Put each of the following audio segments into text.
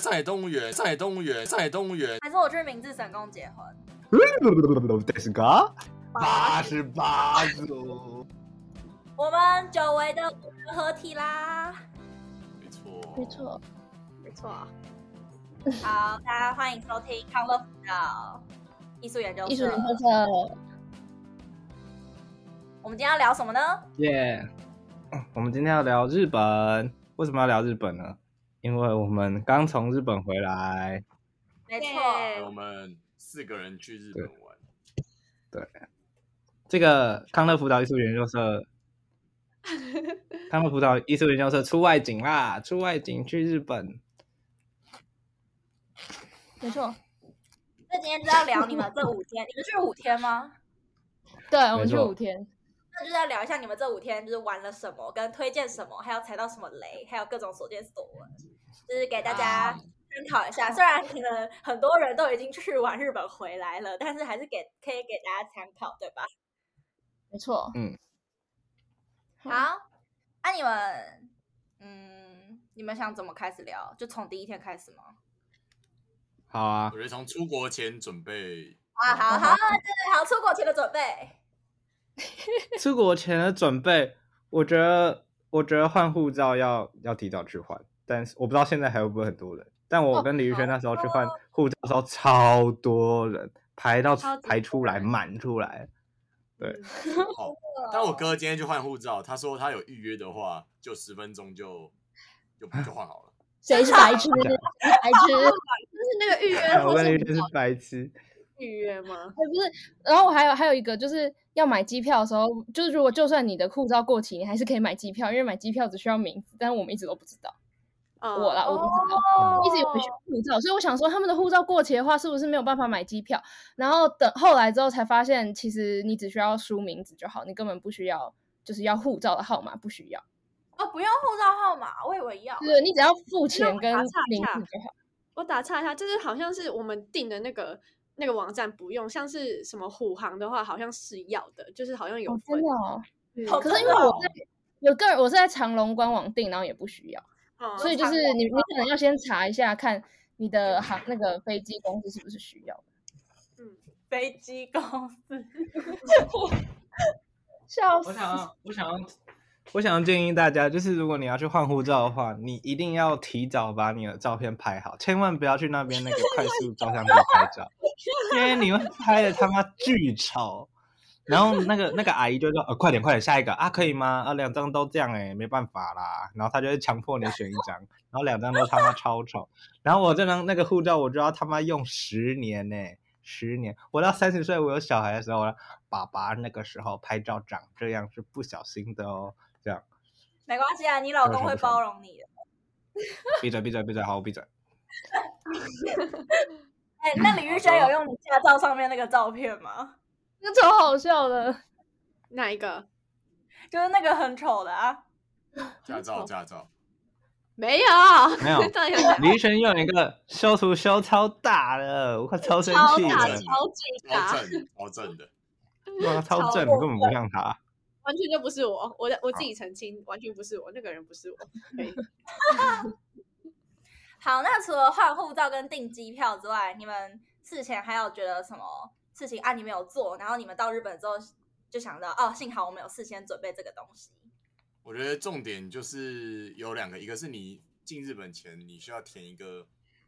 上海动物园，上海动物园，上海动物园。还是我去明治神宫结婚？这是个 八十八组，我们久违的五人合体啦！没错，没。错，没错啊，好，大家欢迎收听康乐辅导艺术研究艺术社研。究社我们今天要聊什么呢？耶！我们今天要聊日本，为什么要聊日本呢？因为我们刚从日本回来，没错，耶我们四个人去日本玩，这个康乐辅导艺术研究 社，康乐辅导艺术研究社出外景啦，出外景去日本。没错，那今天就要聊你们这五天，你们去五天吗？对我们没去错五天，那就是要聊一下你们这五天就是玩了什么，跟推荐什么，还有踩到什么雷，还有各种所见所闻，就是给大家啊参考一下。虽然可能很多人都已经去完日本回来了，但是还是给可以给大家参考，对吧？没错，嗯好，那、你们，嗯，你们想怎么开始聊？就从第一天开始吗？好啊我，觉得从出国前准备，啊，好好，对，好，出国前的准备。出国前的准备，我觉得，我觉得换护照要要提早去换，但是我不知道现在还会不会很多人。但我哦跟李宇轩那时候去换护照的时候，超多人排到超级排出来满出来，对嗯，好。但我哥今天去换护照，他说他有预约的话，就十分钟就就就换好了。谁是 白痴？ 白痴，就是那个预约， 我不跟李是宇轩是白痴，预约吗？还不是。然 后我还有还有一个就是要买机票的时候，就是如果就算你的护照过期，你还是可以买机票，因为买机票只需要名字，但我们一直都不知道，嗯我啦，我不知哦道。一直有人去护照，所以我想说他们的护照过期的话，是不是没有办法买机票？然后等后来之后才发现，其实你只需要输名字就好，你根本不需要就是要护照的号码，不需要，哦，不用护照号码，我以为要。对你只要付那钱我跟查查名查字就好。我打岔一下，就是好像是我们订的那个那个网站不用，像是什么虎航的话，好像是要的，就是好像有哦，分真的。哦。嗯好可是因为我在有个人我是在长隆官网订，然后也不需要，嗯所以就长是隆你你可能要先查一下看。你的航那个飞机公司是不是需要？飞机公司。笑我想要，我想要，我想要建议大家，就是如果你要去换护照的话，你一定要提早把你的照片拍好，千万不要去那边那个快速照相机拍照，因为你会拍的他妈巨丑。然后那个那个阿姨就说：“呃，快点快点，下一个啊，可以吗？啊，两张都这样哎、没办法啦。”然后她就会强迫你选一张，然后两张都他妈超丑。然后我这张那个护照，我就要他妈用十年呢、十年。我到三十岁，我有小孩的时候，爸爸那个时候拍照长这样是不小心的哦。这样，没关系啊，你老公会包容你的。闭嘴，闭嘴，闭嘴，好，我闭嘴。哎、那李玉轩有用你驾照上面那个照片吗？那超好笑的。哪一个？就是那个很丑的啊。驾照，驾照，没有，没有 到底有哪李宇轩用一个修图修超大的，我快超生超气大、了，超巨超大，正，超正的。哇，超正，超根本不像他。完全就不是我。我我自己澄清，完全不是我，那个人 不是我。对好，那除了换护照跟订机票之外，你们事前还有觉得什么事情啊？你们有做，然后你们到日本之后就想到，哦，幸好我们有事先准备这个东西。我觉得重点就是有两个，一个是你进日本前你需要填一个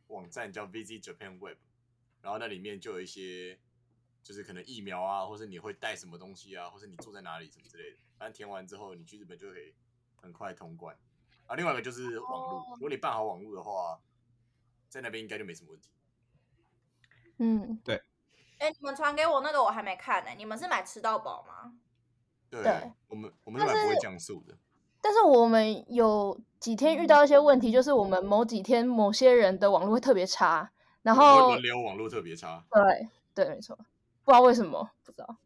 网站叫 Visit Japan Web，然后那里面就有一些就是可能疫苗啊，或是你会带什么东西啊，或是你住在哪里什么之类的。反正填完之后，你去日本就可以很快通关。啊，另外一个就是网哦络，如果你办好网络的话，在那边应该就没什么问题。 嗯，哎、你们传给我那个我还没看呢、你们是买吃到饱吗？对，对我们我们是买不会降速的，但是我们有几天遇到一些问题，就是我们某几天某些人的网络会特别差，哦然我们会后轮流网络特别差。对对，没错，不知道为什么，不知道。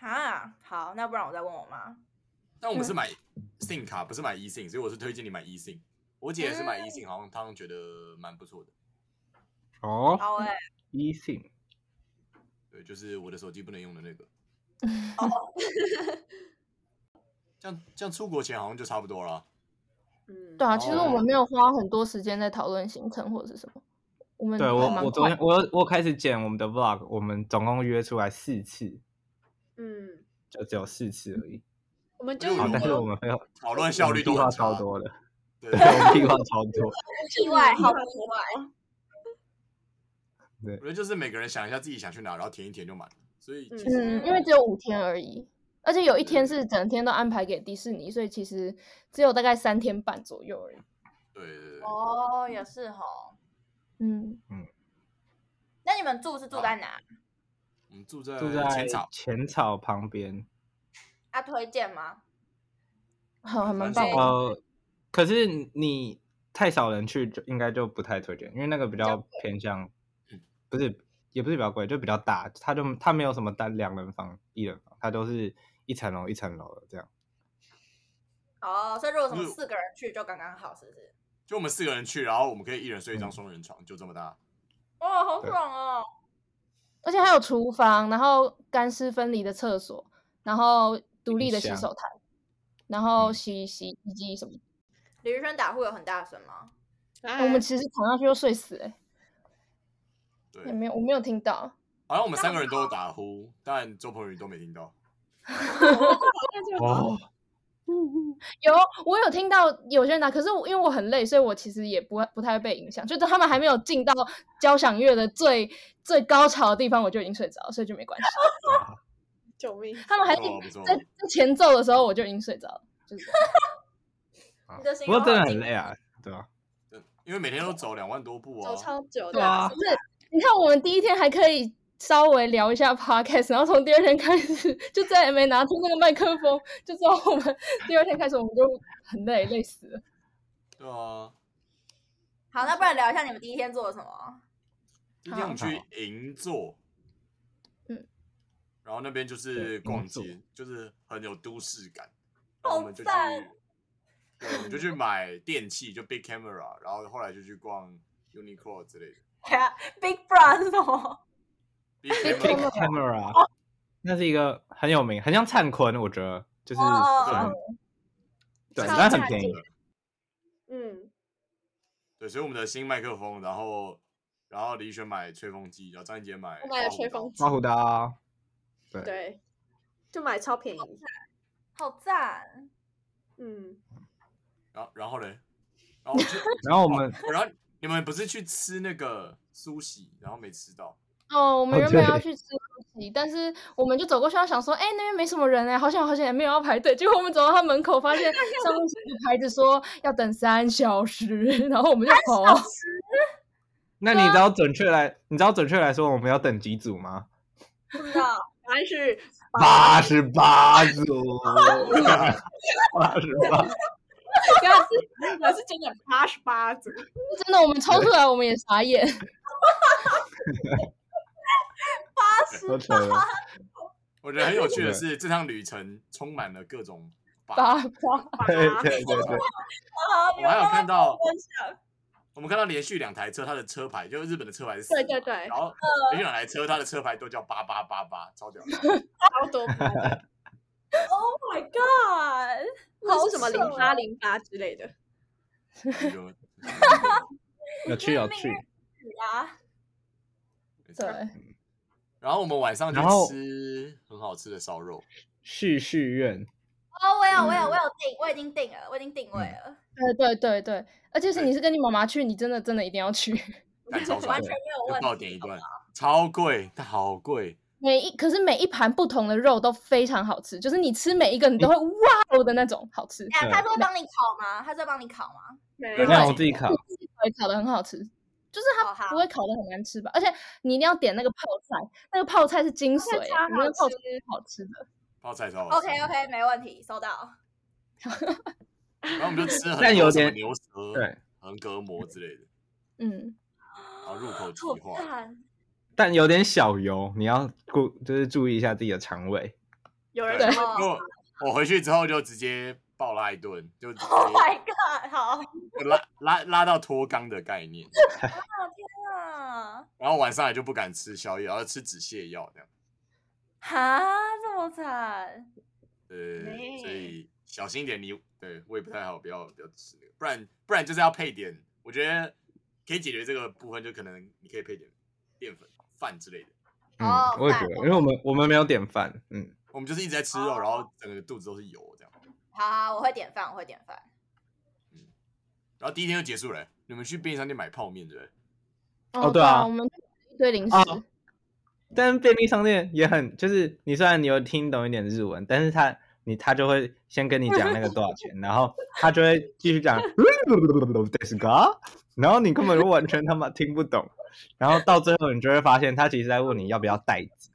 啊，好，那不然我再问我妈。但我们是嗯买 SIM 卡，不是买 eSIM，所以我是推荐你买 eSIM。我姐也是嗯买 eSIM，好像她觉得蛮不错的。哦，好哎、一性对，就是我的手机不能用的那 个。哦 这样这样出国前好像就差不多了。嗯，对啊，其实我哦们没有花很多时间在讨论行程或者是什么，我们对嗯还我蛮我昨快天我有我有开始剪我们的 vlog，我们总共约出来四次，嗯，就只有四次而已。我们那就如好，但果是我们会有讨论效率都我很们屁话差超多 的，对对，我们屁话超多。意 外，好嗯意外。我觉得就是每个人想一下自己想去哪，然后填一填就满了。所以其实嗯，因为只有五天而已，而且有一天是整天都安排给迪士尼，所以其实只有大概三天半左右而已。对对对，对哦，也是吼。嗯，那你们住是住在哪？我们住在住在呃浅草，浅草旁边，啊，推荐吗？好，还蛮反棒正的。呃，可是你太少人去，就应该就不太推荐，因为那个比较偏向嗯，不是也不是比较贵，就比较大，它就它没有什么单两人房、一人房，它都是一层楼一层楼的这样。哦，所以如果什么嗯四个人去就刚刚好，是不是？就我们四个人去，然后我们可以一人睡一张嗯双人床，就这么大。哦，好对爽哦！而且还有厨房，然后干湿分离的厕所，然后独立的洗冰箱手台，然后嗯洗洗衣机什么的。李宇春打呼有很大声吗？啊我们其实躺下去就睡死、欸，对也，没有，我没有听到。好像我们三个人都有打呼，但周鹏宇都没听到。哦，有，我有听到有些人打，可是我因为我很累，所以我其实也不不太被影响。就是他们还没有进到交响乐的最最高潮的地方，我就已经睡着了，所以就没关系。救命！他们还不进错哦不错在在前奏的时候，我就已经睡着了，就是这样啊你的形不过容真的好很精累啊，对吧、对因为每天都走两万多步啊走，超久对的，啊不是，你看我们第一天还可以稍微聊一下 podcast，然后从第二天开始就再也没拿出那个麦克风，就知道我们第二天开始我们就很累，累死了。对啊。好，那不然聊一下你们第一天做了什么？今天我们好去银座，嗯，然后那边就是对逛银座街，就是很有都市感。然后好我们就去赞，对，我们就去买电器，就 Big Camera，然后后来就去逛 Uniqlo 之类的。对啊，Big Bra 是什么？ Big Big Camera， Camera，那是一个很有名，很像灿坤，我觉得就是哦哦很哦对，超但很差便宜劲。嗯，对，所以我们的新麦克风，然后然后李宇轩买吹风机，然后张一杰买我买刮了胡吹刀风机刮，胡刀，对，对，就买超便宜，好赞！嗯，然后然后嘞，然后我就然后我们然后你们不是去吃那个苏喜，然后没吃到，哦，我们哦原本对要去吃东西，但是我们就走过去，然后想说，哎、那边没什么人哎、好想好想也没有要排队。结果我们走到他门口，发现上面写着牌子说要等三小时，然后我们就跑。那你知道准确来，你知道准确来说我们要等几组吗？不知道，答案是八十八组，八十 八，不要是，我是真的八十 八组，啊 真的，我们抽出来，我们也傻 眼。八十都扯了。我觉得很有趣的是，这趟旅程充满了各种 bug 八八，对对对对，八，我还有看到分享，我们看到连续两台车，它的车牌就是日本的车牌是四嘛，对对对然后连续两台车，它的车牌都叫八八八八，超屌的。超多八的， Oh my god！啊或是什么扯零八零八之类的，就有趣有趣。啊，对，然后我们晚上去然后吃很好吃的烧肉，续续 愿，哦，我有我有我有定，我已经定了，我已经定位了，对对对对，而且是你是跟你妈妈去，你真的真的一定要去。 但超爽完的，全没有就问爆题。点一段，超贵，但好贵。每一可是每一盘不同的肉都非常好吃，就是你吃每一个你都会哇哦的那种好吃，哎对他是会帮你烤吗？他是会帮你烤吗？没有有那那我我自自己 己烤，会烤的很好吃，就是它好好不，会烤的很难吃吧？而且你一定要点那个泡菜，那个泡菜是精髓泡菜超欸，你那个泡好菜是好吃的。泡菜超好吃 OK OK，没问题，收到。然后我们就吃了但很有多什么点牛舌、对，横膈膜之类的，嗯，然后入口即好化。赞！但有点小油，你要顾就是注意一下自己的肠胃。有人对，说哦如果我回去之后就直接暴拉一顿，就直 Oh my 接 god！好，拉拉拉到脱肛的概念。啊，然后晚上也就不敢吃宵夜，然后吃止泻药这样。哈，这么惨，对，所以小心一点，你对，胃不太好，不要不要吃那个，不然不然就是要配点，我觉得可以解决这个部分，就可能你可以配点淀粉、饭之类的。嗯哦，我也饭觉得，因为我们我们没有点饭，嗯，我们就是一直在吃肉，然后整个肚子都是油这样。好好，我会点饭，我会点饭。然后第一天就结束了欸、你们去便利商店买泡面对不对？哦对啊我们一堆零食，哦但便利商店也很，就是你虽然你有听懂一点日文，但是他你他就会先跟你讲那个多少钱，然后他就会继续讲这是个，然后你根本就完全他妈听不懂，然后到最后你就会发现他其实在问你要不要袋子，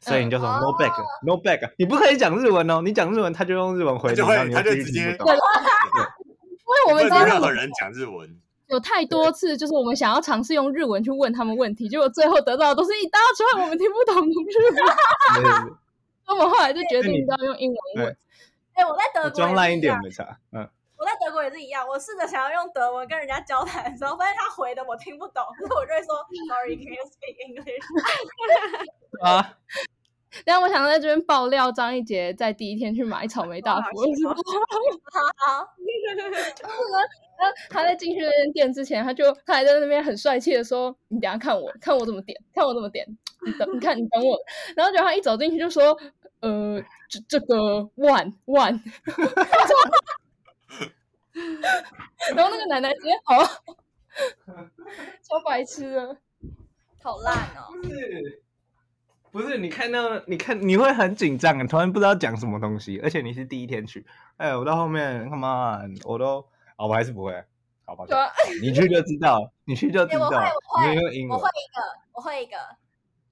所以你就说嗯 no bag no bag，你不可以讲日文哦，你讲日文他就用日文他回你，就然后会你他又就继直续听接，不懂。因为我们不知能跟道他任们何人讲日文，有太多次，就是我们想要尝试用日文去问他们问题，结果最后得到的都是一大串我们听不懂的日文， 对对 对所以我们后来就决那你定要用英文问。哎、我在德国你装也烂是一这点样，没差，嗯，我在德国也是一样。我试着想要用德文跟人家交谈的时候，发现他回的我听不懂，所以我就会说 Sorry，can you speak English？啊。但我想在这边爆料，张一杰在第一天去买草莓大福，好好我是好好，他他在进去那间店之前，他就他还在那边很帅气的说：“你等一下看我，看我怎么点，看我怎么点，你等，你看，你等我。”然后结果他一走进去就说：“呃，这这个 one one。” 然后那个奶奶直接哦，超白痴的。好烂哦。是，不是？你看到你看你会很紧张，突然不知道讲什么东西，而且你是第一天去。哎、我到后面，come on，我都啊、我还是不会。好吧，对啊你去就知道，你去就知哎我 道会我，会你用英我文会。一个，我会一个。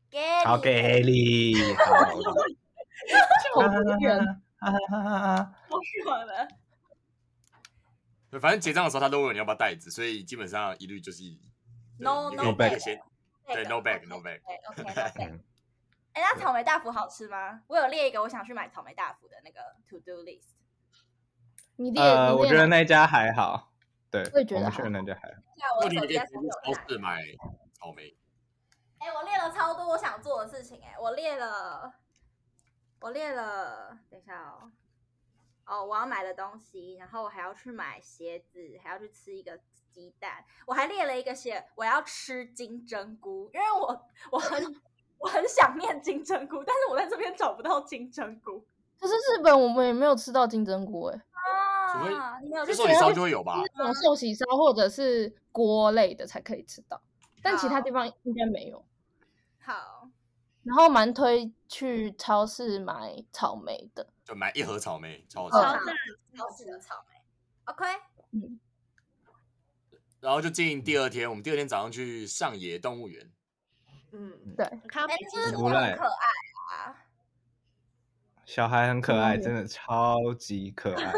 给好你给 h a l y 好， 就我不远，哈哈哈哈哈！不 是我们。对反正结账的时候他都问你要不要袋子，所以基本上一律就是对 No- 你可以 no bag 可以先对 no bag no bag，对，OK no bag。哎，嗯那草莓大福好吃吗？我有列一个我想去买草莓大福的那个 to do list。你列，呃，你我列觉得哪那一家还好，对，我也觉得我们还去的那家还好。那啊我或者哦你手可机以在去手有超市买草莓。哎、我列了超多我想做的事情、哎，我列了，我列了，等一下哦，哦，我要买的东西，然后我还要去买鞋子，还要去吃一个鸡蛋，我还列了一个写我要吃金针菇，因为我我 很我很想念金针菇，但是我在这边找不到金针菇可是日本我们也没有吃到金针菇哎，除非啊，你有这去时候你吃烧就会有吧？ 那种寿喜烧或者是锅类的才可以吃到，但其他好地方应该没有。好，然后蛮推去超市买草莓的，就买一盒草莓，超超好吃。嗯市超市的草莓，OK，哎然后就进第二天，我们第二天早上去上野动物园，嗯，对，我看到哎、北这极真的熊无赖很可爱啊。小孩很可爱，真的超级可 爱，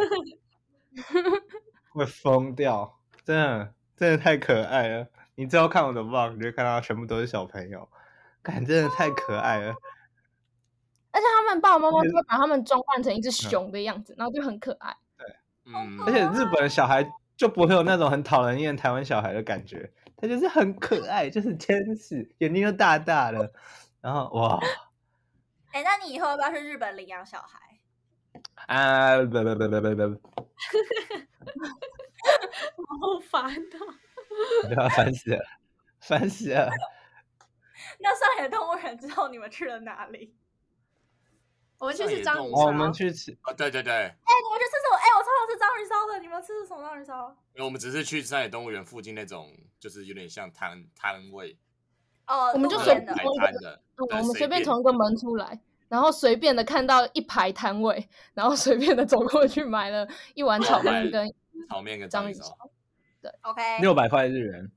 会疯掉，真的真的太可爱了。你之后看我的 vlog，你就会看到全部都是小朋友，感真的太可爱了。而且他们爸爸哦妈妈而且都会把他们装扮成一只熊的样子，然后就很可爱。嗯，而且日本小孩就不会有那种很讨人厌台湾小孩的感觉，他就是很可爱，就是天使，眼睛又大大的，然后哇哎、那你以后要不要去日本领养小孩？啊不不不不不不，好烦哦。我都要烦死了，烦死 了。那上野动物园之后，你们去了哪里？ 我们去上吃野章动鱼物哦，烧，我们去吃啊，对对对，哎、你们去吃什么？哎、我超想吃章鱼烧的。你们吃的什么章鱼烧？因为我们只是去上野动物园附近那种，就是有点像摊摊位，哦，我们就路随边的摆便摊的，嗯对我们随随便便从一个门出来，然后随便的看到一排摊位，然后随便的走过去买了一碗我炒买面跟炒面跟章章鱼鱼烧烧。。 OK。六百块日元，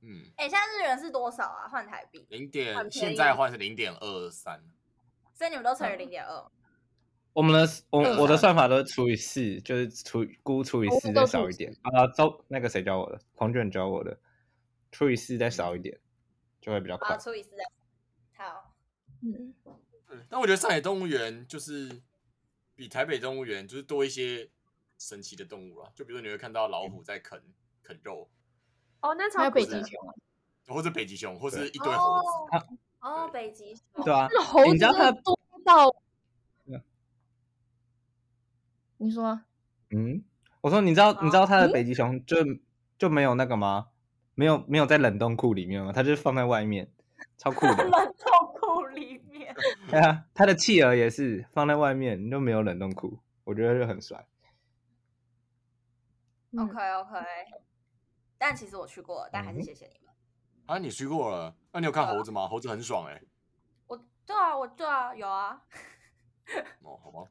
嗯，哎、现在日元是多少啊？换台币，零很点便宜现在换是零点二三，所以你们都乘以零点二。我们的我嗯我的算法都是除以四，就是除以估除以我四们再都少除以一点啊。周那个谁教我的？彭卷教我的，除以四再少一点，就会比较好，快。啊除以四再。好，嗯，嗯但我觉得上海动物园就是比台北动物园就是多一些神奇的动物啊，就比如说你会看到老虎在啃啃肉，哦，那还超有北酷极的。熊啊，或者北极熊，或是一一堆猴子。哦，哦北极 熊。对啊那，个猴你子知道嗯真的它多到嗯，你说啊嗯，我说你知道你知啊道嗯它的北极熊就就没有那个吗？没有没有在冷冻库里面吗？它就是放在外面，超酷的。冷冻库里面，对啊，它的企鹅也是放在外面，都没有冷冻库，我觉得就很帅。嗯 OK OK，但其实我去过了，但还是嗯谢谢你们。啊，你去过了？那、你有看猴子嗯吗？猴子很爽哎、我对啊，我对啊，有啊。哦，好吧。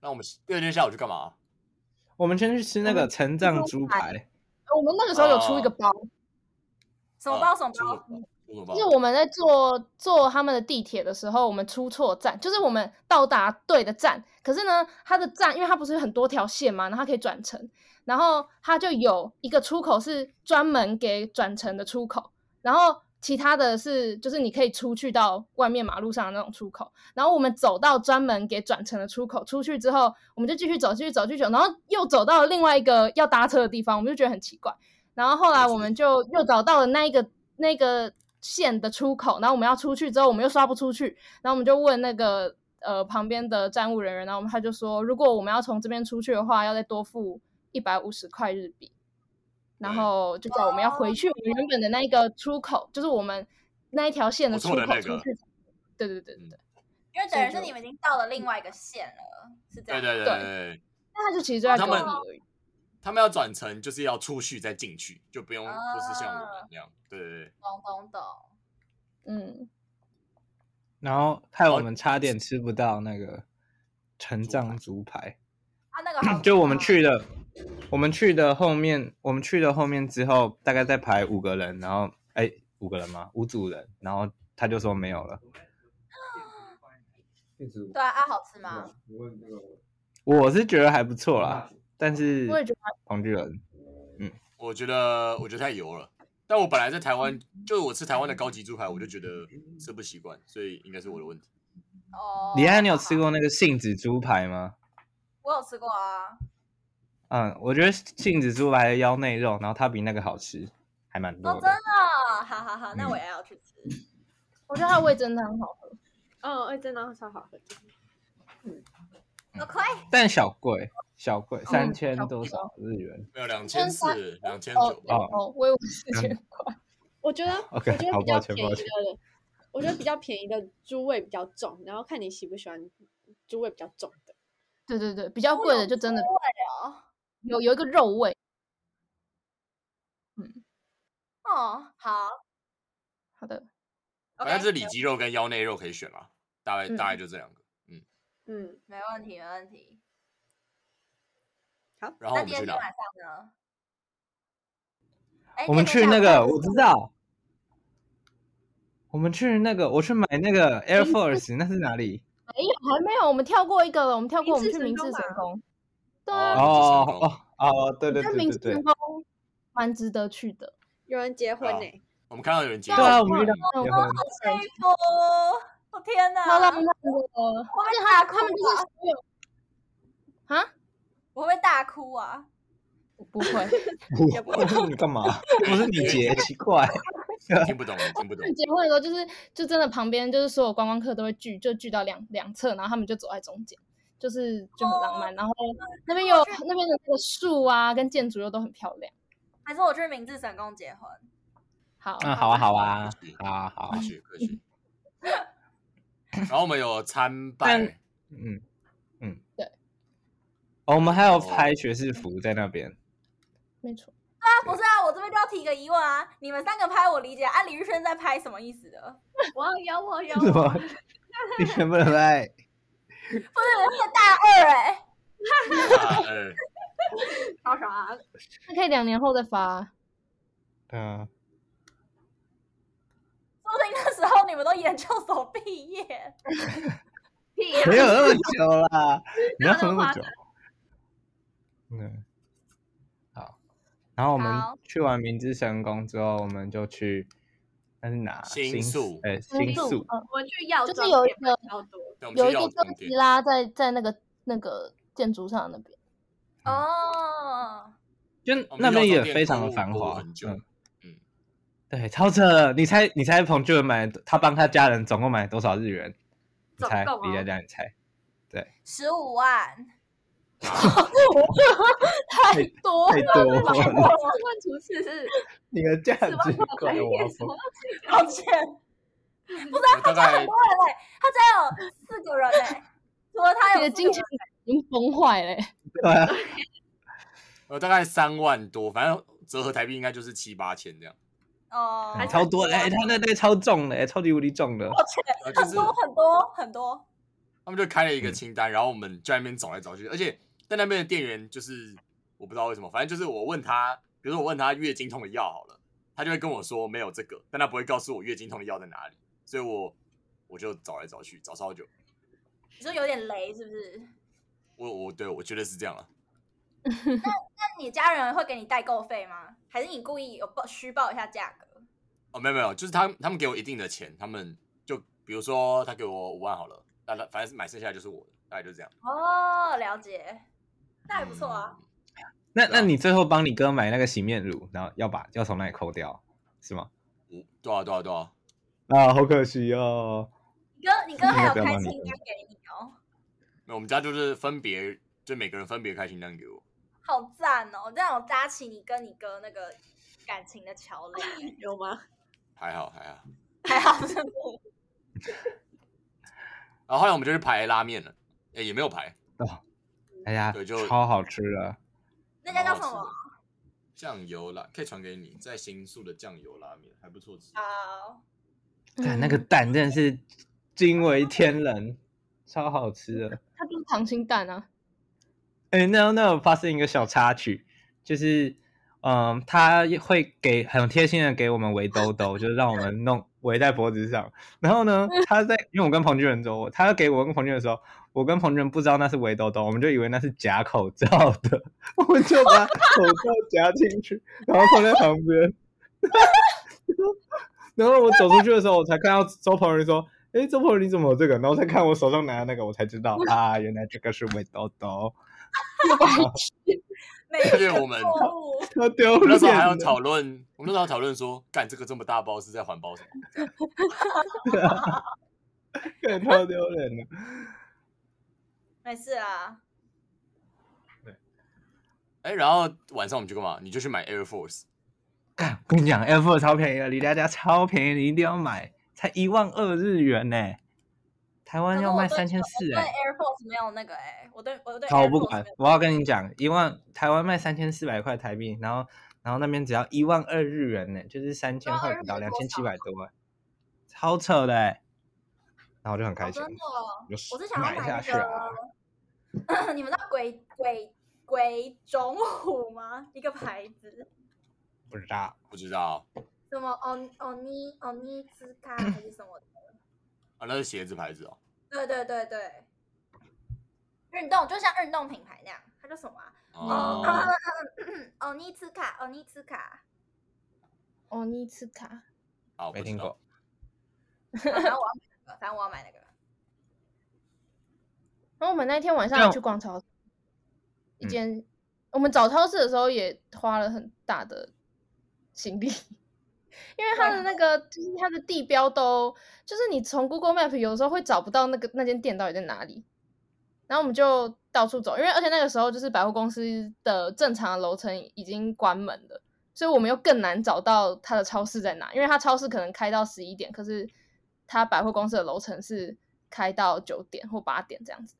那我们第二天下午去干嘛？啊我们先去吃那我个们成长猪排，我们那个时候有出一个哦包，什么啊包什么出包？什么出什么包就是我们在坐坐他们的地铁的时候，我们出错站，就是我们到达对的站，可是呢，它的站因为它不是很多条线嘛，然后它可以转乘，然后它就有一个出口是专门给转乘的出口，然后其他的是就是你可以出去到外面马路上的那种出口，然后我们走到专门给转乘的出口，出去之后我们就继续走，继续走，继续走，然后又走到另外一个要搭车的地方，我们就觉得很奇怪。然后后来我们就又找到了那一个那个线的出口，然后我们要出去之后，我们又刷不出去，然后我们就问那个呃旁边的站务人员，然后我们他就说，如果我们要从这边出去的话，要再多付一百五十块日币，然对后就叫我们要回去我们原本的那个出口，就是我们那一条线的我出错口的那出个去。对对对对嗯对，因为等于所是以就你们已经到了另外一个县了，是这对样。对对对对，那他就其实就在他隔们壁而已。他们要转乘就是要出去再进去，就不用啊就是像我们那样。对对对，懂懂懂。嗯，然后害我们差点吃不到那个成长哦猪排。哦啊，那个好吃嗯就我们吗，去的，我们去的后面，我们去的后面之后，大概再排五个人，然后哎，五个人吗？五组人，然后他就说没有了。对啊，啊好吃嗯吗？我是觉得还不错啦，但是我也觉得哦黄巨人，我觉得我觉得太油了。但我本来在台湾，嗯就是我吃台湾的高级猪排，我就觉得吃不习惯，所以应该是我的问题。哦，李安，你有好吃？过那个杏子猪排吗？我有吃过啊。嗯，我觉得杏子猪排的腰内肉，然后它比那个好吃，还蛮哦，多真的。的，好好好，那嗯我也要去吃。我觉得它的味真的很好喝。嗯，哎，真的超好喝。嗯 OK，但小贵，小贵，三千哦小贵多少日元没有两千四、两千哦九，哦，我以为四千块。我觉得？OK，我觉得好比较抱歉便宜抱的歉，我觉得比较便宜的猪味比较重，然后看你喜不喜欢猪味比较重的。 对对对，比较贵的就真的对哦。有有一个肉味。哦，好好的，反正是，OK，里脊肉跟腰内肉可以选啦，大概嗯大概就这两个。嗯，没问题，没问题。好，然后那我第们二去天哪晚？上呢？哎我们第二去天那下个，午我知道，我们去那个，我去买那个 Air Force，那是哪里？没有，还没有，我们跳过一个了，我们跳过，我们明去治明神治宫神嘛宫。对啊，哦哦哦哦，对对那对明对治对神，宫蛮值得去的。有人结婚好呢、我们看到有人结对啊，我婚， 们遇到那我结们婚嗯好幸福，我哦天哪！超浪漫我的，而且大他哭他们就是吧所有啊，会不会大哭啊？不会，也不我你干嘛？不是你姐，奇怪。听不懂，听不懂。结婚的时候就是就真的旁边就是所有观光客都会聚，就聚到两两侧，然后他们就走在中间，就是就很浪哦漫。然后那边有我去那边的那个树啊，跟建筑又都很漂亮。还是我去明治神宫结婚？啊好，嗯，好啊，好啊可以， 好啊，好可啊以，去，可以去。然后我们有参拜但，嗯嗯，对哦。我们还有拍学士服在那边，没错。啊，不是啊，我这边就要提个疑问啊，你们三个拍我理解，啊，李宇轩在拍什么意思的？哇，有我有什我么？ 你能不能拍？不是，是大二哎、大二超爽。那可以两年后再发啊。嗯，说不定那时候你们都研究所毕业。屁呀、 没有那么久啦，你要那说那么话久？嗯，好。然后我们好去完明治神宫之后，我们就去那是哪？新宿哎，新宿。嗯我去药就是妆有一店买个超多。对我们去有一个药哥妆吉店，拉在在那个那个建筑上那边。嗯哦，就我们那去边药也妆店非常购的物繁购物华很，久嗯嗯，对，超扯！你猜，你猜彭俊文买他帮他家人总共买多少日元？你总猜共，李佳哦佳，你猜，十五万， 太多太多 了吧，了，问厨师是你的价值观专我业要什疯么了。抱 歉，我大概对嘞，他家有四个人嘞，除了他你有的四金个钱已经崩坏欸嘞、对啊，呃大概三万多，反正折合台币应该就是七八千这样。哦，嗯超多嘞、欸，他那袋超重嘞、哎超级无敌重的。抱歉，呃，就很是多很多很多，他们就开了一个清单，然后我们就在那边找来找去，而且在那边的店员就是我不知道为什么，反正就是我问他，比如说我问他月经痛的药好了，他就会跟我说没有这个，但他不会告诉我月经痛的药在哪里，所以我我就找来找去，找超久。你说有点雷是不是？我我对我觉得是这样啊了，那你家人会给你代购费吗？还是你故意有报虚报一下价格？哦没有没有，就是他他们给我一定的钱，他们就比如说他给我五万好了，那那反正买剩下的就是我的，大概就这样。哦，了解，那还不错嗯啊。那对啊那你最后帮你哥买那个洗面乳，然后要把要从那里扣掉，是吗？嗯。五多少多少多少？啊，好可惜哦。你哥，你哥还有那个不要开帮清你单分给你哦，那我们家就是分别，就每个人分别开清单给我。好赞哦！这样有搭起你跟你哥那个感情的桥梁，有吗？ 还好还好。还好是不 然后后来我们就去排拉面了，哎、也没有排，哎呀对就，超好吃的，那家叫什蛮好么啊吃？的？酱油拉，可以传给你，在新宿的酱油拉面还不错啊吃。哦好，但那嗯个蛋真的是惊为天人，超好吃的。它就是溏心蛋啊，哎、那那有发生一个小插曲，就是，嗯，他会给很贴心的给我们围兜兜，就是让我们弄围在脖子上。然后呢，他在因为我跟彭俊仁走，他给我跟彭俊仁的时候，我跟彭俊仁不知道那是围兜兜，我们就以为那是假口罩的，我们就把口罩夹进去，然后放在旁边。 然后我走出去的时候，我才看到周鹏仁说。哎，周鹏，仁你怎么有这个？然后再看我手上拿的那个，我才知道啊，原来这个是围兜兜。每而一且个我 们错误，超丢我们那时候还脸要的！讨论，我们那时候还讨论说，干这个这么大包是在环保什么？干超丢脸的。没事啊。哎、然后晚上我们去干嘛？你就去买 Air Force，干，我跟你讲，Air Force 超便宜的，离大家超便宜，你一定要买，才一万二日元呢、台湾要卖可是我三对千我四对哎。 Air Force 没有那个哎，我对我对好，我 Air 不 Force 管没有，我要跟你讲，一万台湾卖三千四百块台币，然后然后那边只要一万二日元呢、就是三千块不到， 1200两多千七百多、欸，超扯的、欸。然后我就很开哦心，真的哦。就我是想要买下买去啊。那个， 你们知道鬼鬼鬼冢虎吗？一个牌子，不知道，不知道什么哦哦尼哦尼兹 卡还是什么的？啊，那是鞋子牌子哦。对对对对，运动就像运动品牌那样，它叫什么啊？哦、哦尼兹卡哦尼兹卡，哦，尼茨卡，好，没不知听道过。。好反正我要买那个，反正我要买那个。然后我们那天晚上这样还去逛超市，一嗯间、我们找超市的时候也花了很大的心力，因为它的那个就是它的地标都，就是你从 Google Map 有时候会找不到那个那间店到底在哪里，然后我们就到处走，因为而且那个时候就是百货公司的正常的楼层已经关门了。所以我们又更难找到它的超市在哪，因为它超市可能开到十一点，可是它百货公司的楼层是开到九点或八点这样子，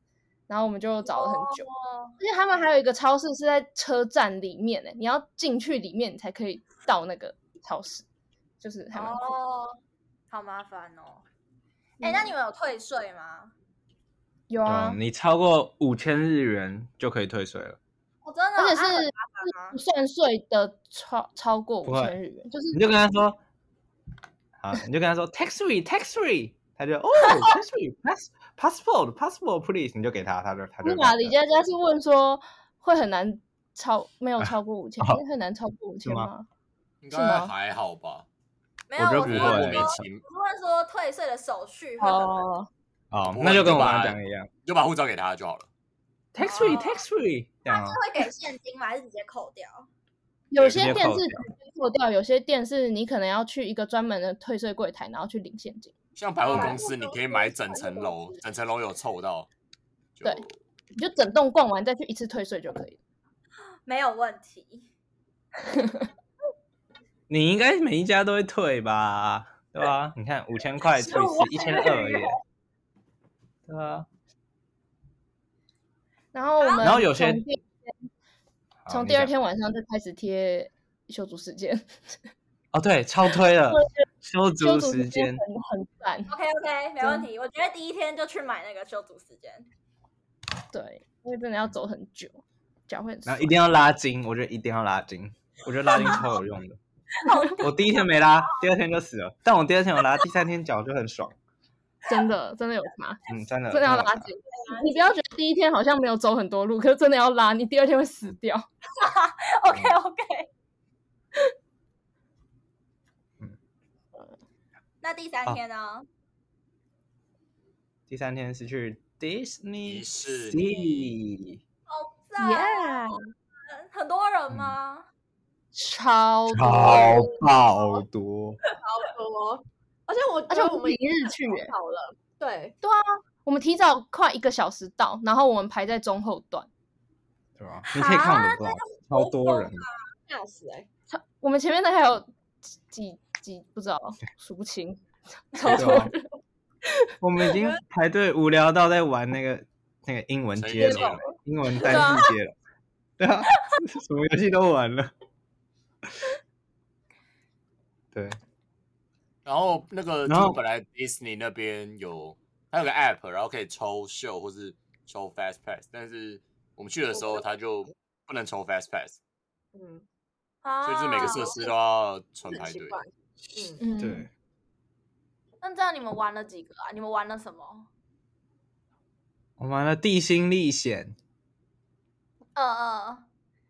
然后我们就找了很久。哦，而且他们还有一个超市是在车站里面欸呢、你要进去里面你才可以到那个超市，就是还蛮酷的。哦，好麻烦哦。哎、那你们有退税吗？有啊嗯，，你超过五千日元就可以退税了。我、真的哦，而且啊是很麻烦吗？不算税的超超过不五会千日元，就是你就跟他说，好，你就跟他说 tax free tax free，他就哦 tax free pass passport passport please，你就给他，他就他就你把拿李佳着佳是问说会很难超没有超过五千、哦会很难超过五千是吗吗？应是该吗还好吧？没有，我觉得我不是觉会欸得莫问说，名我其妙是问说退税的手续会很麻哦，哦不，会那就就跟我把刚刚讲的一样就把护照给他就好了。 tax free tax free，这样烦，啊是会给现金吗？还是直接扣掉？有直接些店扣是掉直接扣掉，有些店是你可能要去一个专门的退税柜台，然后去领现金。像百货百公货司，你公可以司买百整货层公楼司，整层楼有凑到，就对你就整栋逛完再去一次退税就可以了。没有问题。你应该每一家都会退吧？对吧、你看五千块退我是一千二耶，对啊。然后我们然后有些从第好从你第二讲天晚上就开始贴修足时间，哦，对，超推了，修修足足时间很。很赞， OK OK，没问题。我觉得第一天就去买那个修足时 间，对，因为真的要走很久，脚会很然酸后一。定要拉筋，我觉得一定要拉筋，我觉得拉筋超有用的好。 我第一天没拉，第二天就死了，但我第二天有拉，第三天脚就很爽。真的真的有差，嗯，真的，真的要有拉差筋。你不要觉得第一天好像没有走很多路，可是真的要拉，你第二天会死掉。 OK OK。嗯啊那第三好天呢？第三天是去迪 Disney 士 Sea，赞很多人吗？超多超爆 多，多，哦而且我而且觉得我我们们平日去耶好了，对，我们提早快一个小时到，然后我们排在中后段。对吧？你可以看啊我的 blog，超多人，吓死哎、超我们前面大概有几几几不知道数不清，超对多吧人。？我们已经排队无聊到在玩那个那个英文成语接接龙龙了，英文对啊单字接龙，对啊， 什么游戏都玩了，对。然后那个然后就本来 Disney 那边有，它有个 app，然后可以抽秀或是抽 Fast Pass，但是我们去的时候它就不能抽 Fast Pass，嗯，啊，所以就是每个设施都要纯很排奇队。怪，嗯，嗯，对，那这样你们玩了几个啊？你们玩了什么？我们玩了地心历险，呃呃，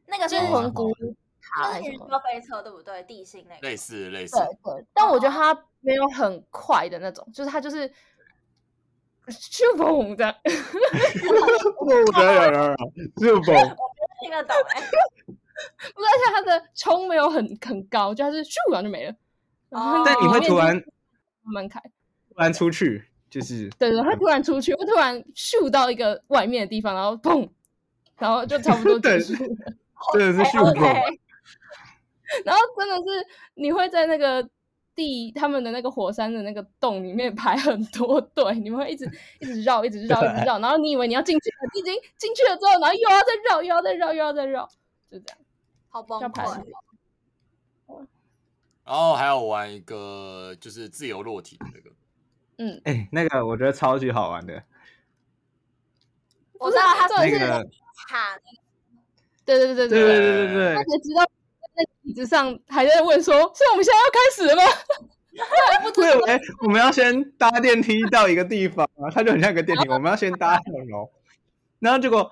那个是就是哦魂骨塔那是还是云什么？霄飞车对不对？地心那个类似类似对，对，但我觉得它没有很快的那种，就是它就是咻嘣这样， 不得了了了，日本听得懂哎、不是，而且它的冲没有很很高，就它是咻然后就没了。然后哦但你会突然门槛，突然出去，就是对对，会突然出去，会突然咻到一个外面的地方，然后砰，然后就差不多结束。真的是日 OK，本，然后真的是你会在那个地他们的那个火山的那个洞里面排很多队，你们会一直一直绕，一直绕，一直绕。然后你以为你要进去了，你已经进去了之后，然后又要再绕，又要再绕，又要再绕，就这样。好崩要排溃。然后还有玩一个就是自由落体的那个，嗯，哎、那个我觉得超级好玩的，我知道他重那点是个卡对对对对对对对。对对对他，才知道在椅子上还在问说：“所以我们现在要开始了吗？”他还不知 我道以为我们要先搭电梯到一个地方，它就很像一个电梯， 我们要先搭二楼，然后结果。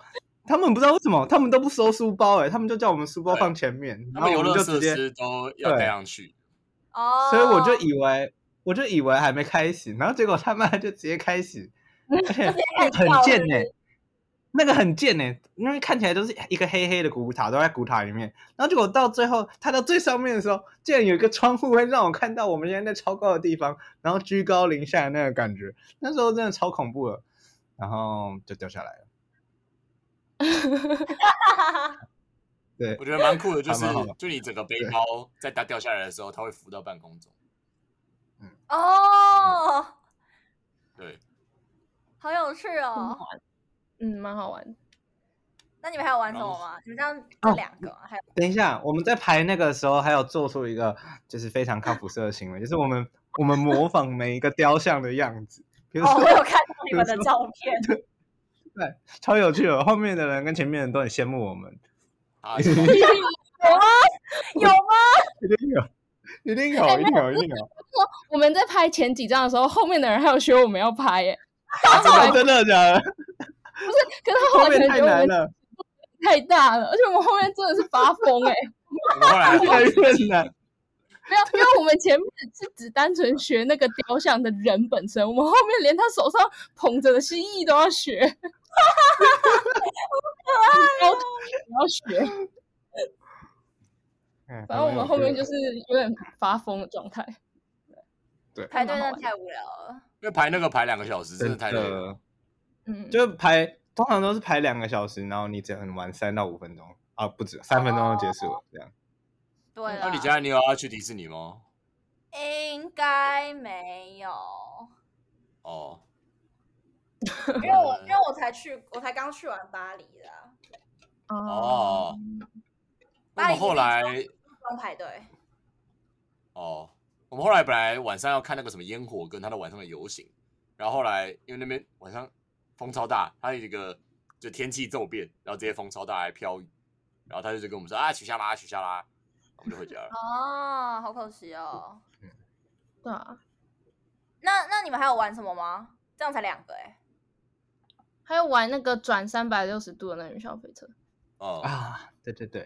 他们不知道为什么，他们都不收书包、哎，他们就叫我们书包对放前面， 他然后们我游们乐就设直接施都要带上去，哦，所以我就以为，我就以为还没开始，然后结果他妈就直接开始，而且那个很贱呢、那个很贱呢、因为看起来都是一个黑黑的古塔，都在古塔里面，然后结果到最后，它到最上面的时候，竟然有一个窗户会让我看到我们现在在超高的地方，然后居高临下的那个感觉，那时候真的超恐怖了，然后就掉下来了。对我，觉得蛮酷的，就还是蛮好玩就你整个背对包在它掉下来的时候，它会浮到半空中。 哦，对，好有趣哦。嗯，蛮好玩的。那你们还有玩什么吗？你们这样这两个吗还有等一下，我们在排那个时候，还有做出一个就是非常靠谱色的行为，就是我们我们模仿每一个雕像的样子，比如哦，说、我有看到你们的照片，超有趣哦 的，后面的人跟前面的人都很羡慕我们， 啊，有吗？一定有，一定有，哎一定有，一定有，我们在拍前几张的时候，后面的人还有学我们要拍耶，啊真的假的？可是他 后后来可面能太觉得我们难了，太大了，而且我们后面真的是发疯哎，我们后来越来 越难。没有，因为我们前面是只单纯学那个雕像的人本身，我们后面连他手上捧着的蜥蜴都要学， 好可哦爱、要学，嗯反正我们后面就是是有点发疯的状态。排队真的太无聊了。因为排那个排两个小时，真的太累了。的，嗯，就排通常都是排两个小时，然后你只能玩三到五分钟啊，不止三分钟就结束哦了，这样。对那啊了，你家你有要去迪士尼吗？应该没 有，哦，因为我因为我才去，我才刚去完巴黎啊啦，哦，我巴们黎后来不用排队。哦，我们后来本来晚上要看那个什么烟火跟他的晚上的游行，然后后来因为那边晚上风超大，它有一个就天气骤变，然后直接风超大还飘雨，然后他就跟我们说啊取消啦取消啦，我们就回家了。哦，好可惜哦。对啊，那那你们还有玩什么吗？这样才两个哎、还有玩那个转三百六十度的那个云霄飞车。哦、啊，对对对，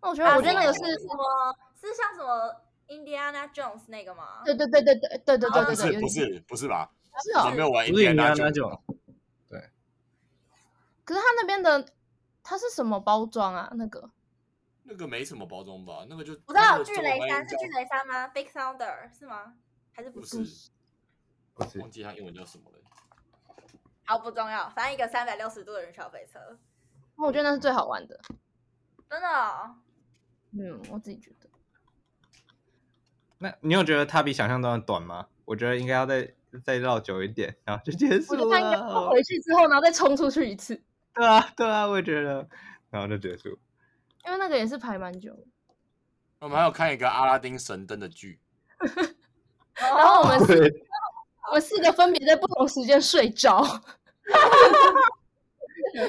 哦那我觉啊得，我觉得那个是是，什么？是像什么 Indiana Jones 那个吗？对对对对对对对对不对哦对，是有不点是不是吧？是我哦们没。有玩啊不是 Indiana 你要那 Jones 种，可是它那边的它是什么包装啊？那个那个没什么包装吧？那个就我知道那个巨中雷文山应是该巨雷山吗？Big Thunder 是吗？还是不不是？是，不是忘记它英文叫什么了。好，不重要，反正一个三百六十度的云霄飞车，哦我觉得那是最好玩的。真的、 哦。嗯，我自己觉得。那你有觉得它比想象中的短吗？我觉得应该要再再绕久一点，然后就结束我觉得它应该了。回去之后，然后再冲出去一次，对啊，对啊，我也觉得，然后就结束。因为那个也是排蛮久的。我们还有看一个阿拉丁神灯的剧，然后我们四对，我们四个分别在不同时间睡着，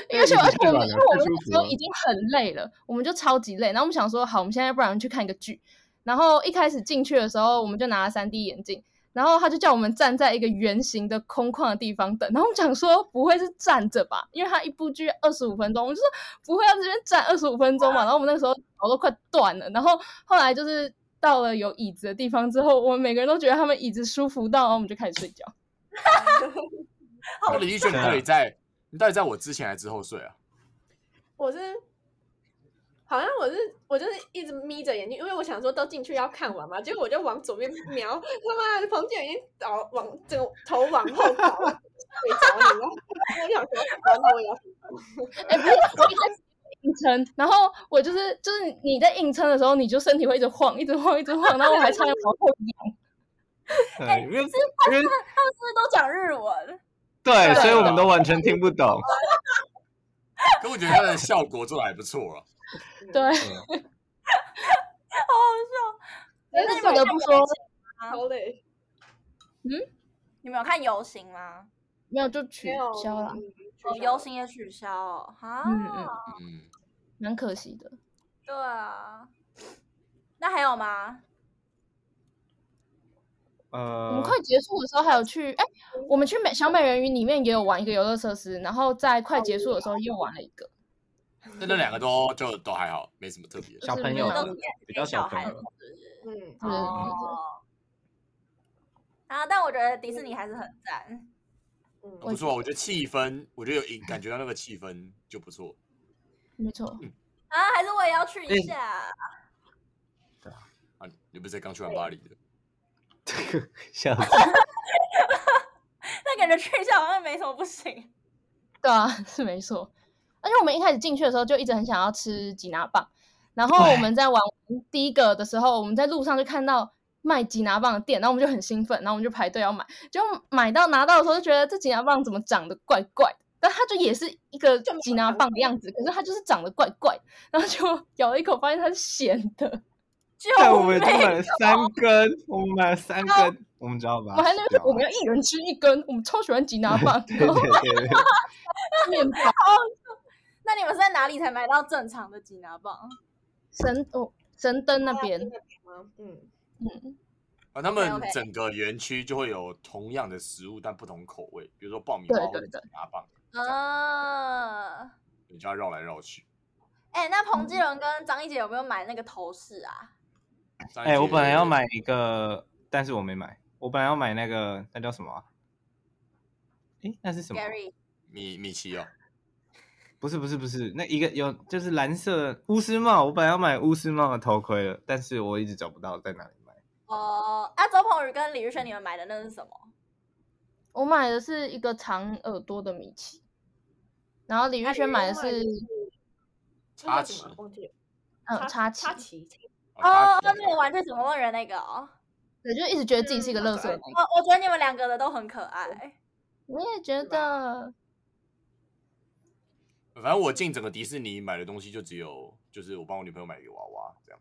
因为是而且我们因为我们那时候已经很累了，我们就超级累。然后我们想说，好，我们现在不然去看个剧。然后一开始进去的时候，我们就拿了三 D 眼镜，然后他就叫我们站在一个圆形的空旷的地方等。然后我们想说，不会是站着吧？因为他一部剧二十五分钟，我们就说不会要这边站二十五分钟嘛。然后我们那时候脚都快断了。然后后来就是到了有椅子的地方之后，我们每个人都觉得他们椅子舒服到，然后我们就开始睡觉。哦那李奕迅你啊到底在你到底在我之前还是之后睡啊？我是好像我是我就是一直眯着眼睛，因为我想说都进去要看完嘛，结果我就往左边瞄，他妈的彭建已经倒往整个头往后倒，我睡着了，然后我想说，然后我也要哎、不是，我一开始硬撑，然后我就是就是你在硬撑的时候，你就身体会一直晃，一直晃，一直晃，然后我还差点往后 仰。哎对因为因为他们是不是都讲日文？对，所以我们都完全听不懂。可我觉得它的效果做的还不错啊。对，但但是是不得不说，好累，你们有看游行吗？没有就取没有消了，嗯哦，取消游了行也取消哦。哈，嗯嗯嗯，蛮可惜的。对啊。 那还有吗？我们呃，快结束的时候还有去，哎、嗯我们去美小美人鱼里面也有玩一个游乐设施，然后在快结束的时候又玩了一个。哦那那两个都就都还好，没什么特别的。小朋友都的是比较小小朋孩友子的，是不是嗯，对对对对哦。啊，但我觉得迪士尼还是很赞。嗯不错，我觉得气氛，我觉得有 影感觉到那个气氛就不错。没错，嗯啊，还是我也要去一下。啊，你不是才刚去完巴黎的？这个笑死。但感觉去一下好像没什么不行。对啊， 是没错。而且我们一开始进去的时候就一直很想要吃吉拿棒，然后对我们在玩第一个的时候，我们在路上就看到卖吉拿棒的店，然后我们就很兴奋，然后我们就排队要买，就买到拿到的时候就觉得这吉拿棒怎么长得怪怪的，但它就也是一个就没有吉拿长棒的样子，可是它就是长得怪怪的，然后就 咬了一口发现它是咸的，救但我命们已！经买了三根，我们买了三根，我们知道啊吧？我还在那边对吧说我们要一人吃一根，我们超喜欢吉拿 棒，对然后对对对，面包 那你们是在哪里才买到正常的吉拿棒？神哦神灯那边，吗？嗯，嗯，啊，他们 OK，OK 整个园区就会有同样的食物，但不同口味，比如说爆米花对或者对对吉拿棒，呃，你就要绕来绕去。哎、那彭继伦跟张一姐有没有买那个头饰啊？张哎，一我杰本来要买一个，但是我没买。我本来要买那个，那叫什么啊？诶，那是什么？ Gary，米米奇哦，不是不是不是，那一个有就是蓝色的巫师帽，我本来要买巫师帽的头盔了，但是我一直找不到在哪里买。哦、啊，周鹏宇跟李宇轩，你们买的那是什么？我买的是一个长耳朵的米奇。然后李玉轩买的哎是另外插这叫什么旗忘记了，嗯插旗插，旗，哦，哦，那个玩具总动员那个哦，对，就一直觉得自己是一个嗯乐好色可爱男。我我觉得你们两个的都很可爱。我也觉得，反正我进整个迪士尼买的东西就只有，就是我帮我女朋友买一个娃娃这样。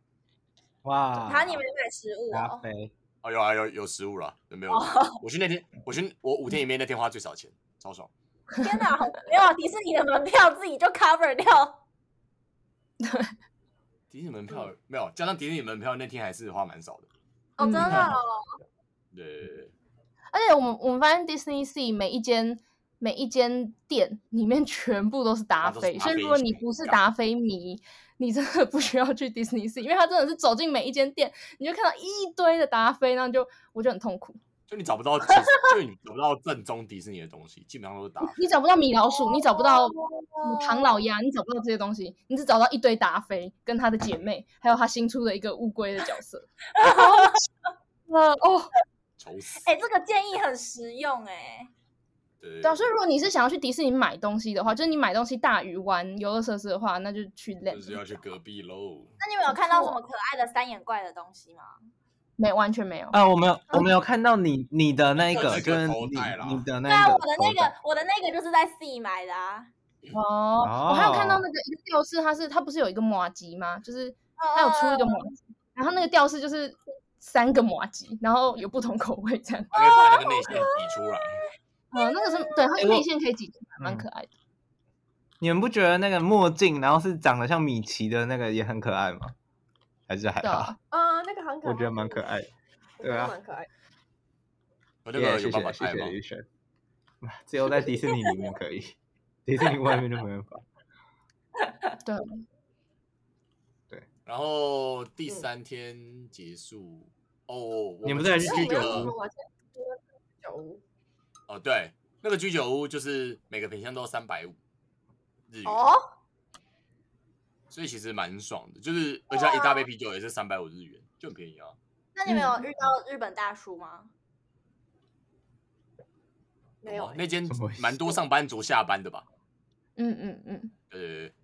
哇，然后你没买食物咖哦，啡，哦，有啊有有食物啦，没 有。我去那天，我去我五天里面那天花最少钱，超爽。天哪，好没有啊迪士尼的门票自己就 cover 掉，迪士尼门票嗯没有，加上迪士尼门票那天还是花蛮少的。哦，真的哦，对对对嗯对，而且我们我们发现 Disney Sea 每一间每一间店里面全部都是达啊都是菲，达所以菲如果一你起不是搞达菲迷，你真的不需要去 Disney Sea，因为它真的是走进每一间店，你就看到一堆的达菲，然后就我就很痛苦。就你找不到，其实就你找不到正宗迪士尼的东西，基本上都是打你找不到米老鼠，你找不到哦什么唐老鸭，你找不到这些东西，你只找到一堆达菲跟他的姐妹，还有他新出的一个乌龟的角色。呃哦，愁死。哎，这个建议很实用哎。对对对啊，对，所以如果你是想要去迪士尼买东西的话，就是你买东西大于玩游乐设施的话，那就去 Land 就是要去隔壁喽。那你们有看到什么可爱的三眼怪的东西吗？没完全没有。啊，我没有，我没有看到你你的那一你的个，那个就是头戴啦你你的哦对啊，那个，我的那个，我的那个就是在 C 买的啊。哦，我还有看到哦那个一个吊饰，它是它不是有一个马吉吗？就是它有出嗯一个马吉，然后那个吊饰就是三个马吉，然后有不同口味这样。他可以把那个内线挤出来。哦，那个是对它哎的我内线可以挤出来，蛮嗯可爱的。你们不觉得那个墨镜，然后是长得像米奇的那个也很可爱吗？还是还对好？啊，嗯，那个很可爱，我觉得蛮可爱的。我觉得对啊蛮可爱的。我哦那谢个谢有谢办法谢带谢吗谢？玉轩，只有在迪士尼里面可以，迪士尼外面就没办 法。对，然后第三天结束，哦，我你们们再去去居那我们那酒要个怎么屋完成居酒屋？哦，对，那个居酒屋就是每个品相都三百五日元，哦，所以其实蛮爽的，就是而且它一大杯啤酒也是三百五日元，就很便宜啊。那你们嗯有遇到日本大叔吗？ 没有吗，哦那间什么意思蛮多上班族下班的吧？嗯嗯嗯，对对对，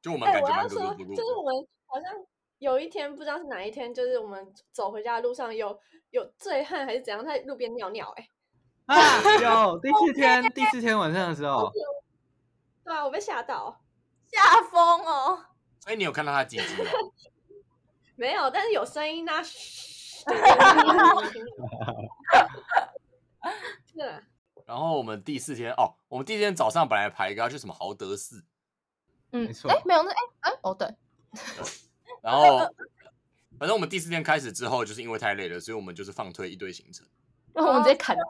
就我们哎、感我觉要蛮格说，格不入就是我的。们好像有一天不知道是哪一天，就是我们走回家的路上有有醉汉还是怎样在路边尿尿、哎，啊，有第四天，第四天晚上的时哦候，对啊，我被吓到，吓疯哦！所以你有看到他鸡哦鸡吗？没有，但是有声音那、嘘对对对是啊，然后我们第四天哦，我们第四天早上本来排一个要去什么豪德寺，嗯没，错哎，没有那哎哎哦对，然后反正我们第四天开始之后，就是因为太累了，所以我们就是放推一堆行程。然后我们直接砍，哦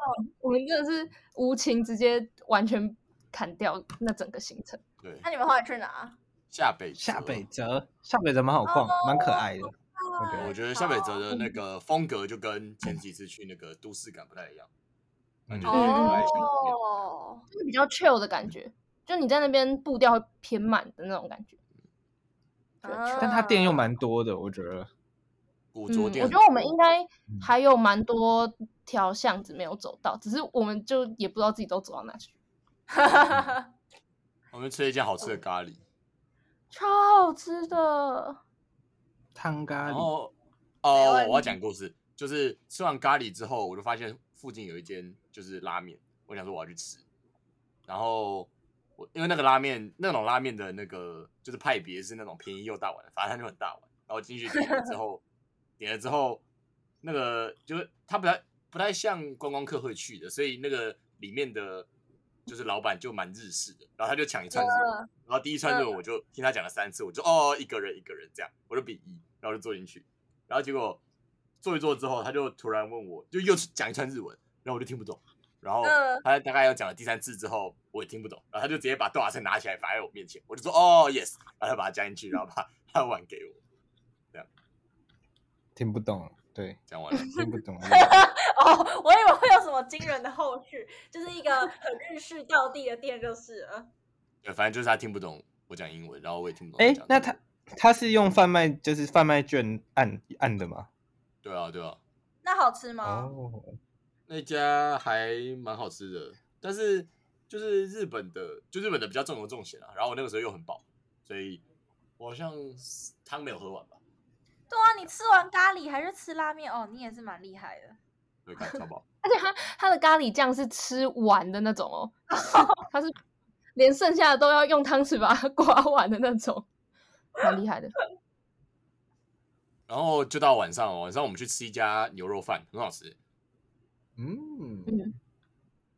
我们真的是无情直接完全砍掉那整个行程。对那，你们后来去哪？啊下北泽下北，泽，下北泽蛮好哦逛，蛮可爱的。我觉我得觉得下北泽的那个风格就跟前几次去那个都市感不太一样，感觉嗯就是很爱想念哦，就是比较 chill 的感觉，就你在那边步调会偏慢的那种感觉。啊但它店又蛮多的，我觉得。古嗯，着我店觉很得多。我们应该嗯还有蛮多条巷子没有走到，只是我们就也不知道自己都走到哪去，嗯我们吃了一间好吃的咖喱，超好吃的。汤咖然喱，后没哦问，题我要讲故事，就是吃完咖喱之后，我就发现附近有一间就是拉面，我想说我要去吃，然后我因为那个拉面那种拉面的那个就是派别是那种便宜又大碗，反正它就很大碗，然后进去点了之后，点了之后那个就是它不太不太像观光客会去的，所以那个里面的就是老板就蛮日式的，然后他就抢一串日文。然后第一串论我就听他讲了三次，我就哦一个人一个人这样，我就比一，然后就坐进去，然后结果坐一坐之后，他就突然问我，就又讲一串日文，然后我就听不懂，然后嗯他大概要讲了第三次之后，我也听不懂，然后他就直接把豆芽菜拿起来摆在我面前，我就说哦 yes，然后他把它加进去，然后把他的碗给我，听不懂，对，讲完了，听不懂。 哦，我以为会有什么惊人的后续，就是一个很日式道地的店，就是了。对，反正就是他听不懂我讲英文，然后我也听不懂哎讲中文。，那他他是用贩卖，就是贩卖券按按的吗？对啊对啊，啊那好吃吗？哦，那家还蛮好吃的，但是就是日本的，就日本的比较重油重咸啊。然后我那个时候又很饱，所以我好像汤没有喝完吧，对啊，你吃完咖喱还是吃拉面哦，你也是蛮厉害的。对，看超饱。而且它它的咖喱酱是吃完的那种 哦，它是连剩下的都要用汤匙把它 刮完的那种，蛮厉害 的。然后就到晚上哦，晚上我们去吃一家牛肉饭，很好吃。嗯，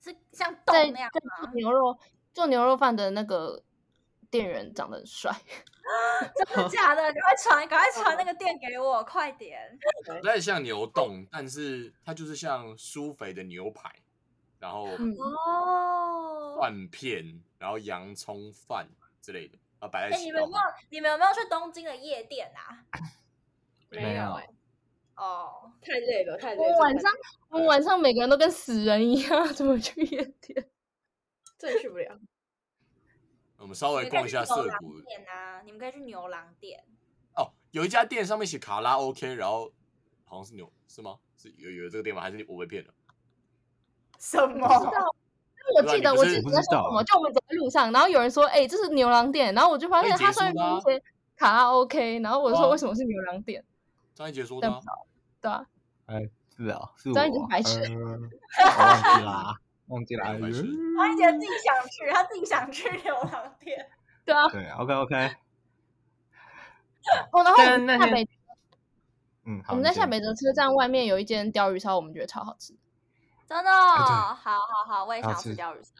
是像豆在那样在做牛肉做牛肉饭的那个店员长得很 帅，真的假的？赶快传，赶快传那个店给我，快点！不太像牛冻，但是它就是像酥肥的牛排，然后嗯，哦，蒜片，然后洋葱饭之类的，啊，摆在哎，一你起们然有后没有你们有没有去东京的夜店啊？没有哎哦，太累了，太我累了。们晚上我们晚上每个人都跟死人一样，怎么去夜 店？真的去不了，我们稍你微们可以逛一下去牛涩郎谷店啊，你们可以去牛郎店。哦，有一家店上面写卡拉 OK，然后好像是牛是吗？是有有这个店吗？还是我被骗了？什哦么不知道我对啊记你得不我是记得不在知说什道啊么，就我们走在路上，然后有人说：“哎、这是牛郎店。”然后我就发已哎现经它结上面束有啦一些卡拉 OK，然后我就哦说：“为什么是牛郎店张一杰说的但啊、不知道，对啊，是哦，是我，张一杰白痴嗯我忘记啦， 忘记啦，张一杰白痴他一姐自己想去，他自己想去牛郎店。对啊。哎对，OK OK，哦，然后我但们那下天北，嗯，我好们在你先下北泽车站外面有一间鲷鱼烧，我们觉得超好吃。真的哎对哦，好好好，我也好想要吃吃鲷鱼烧。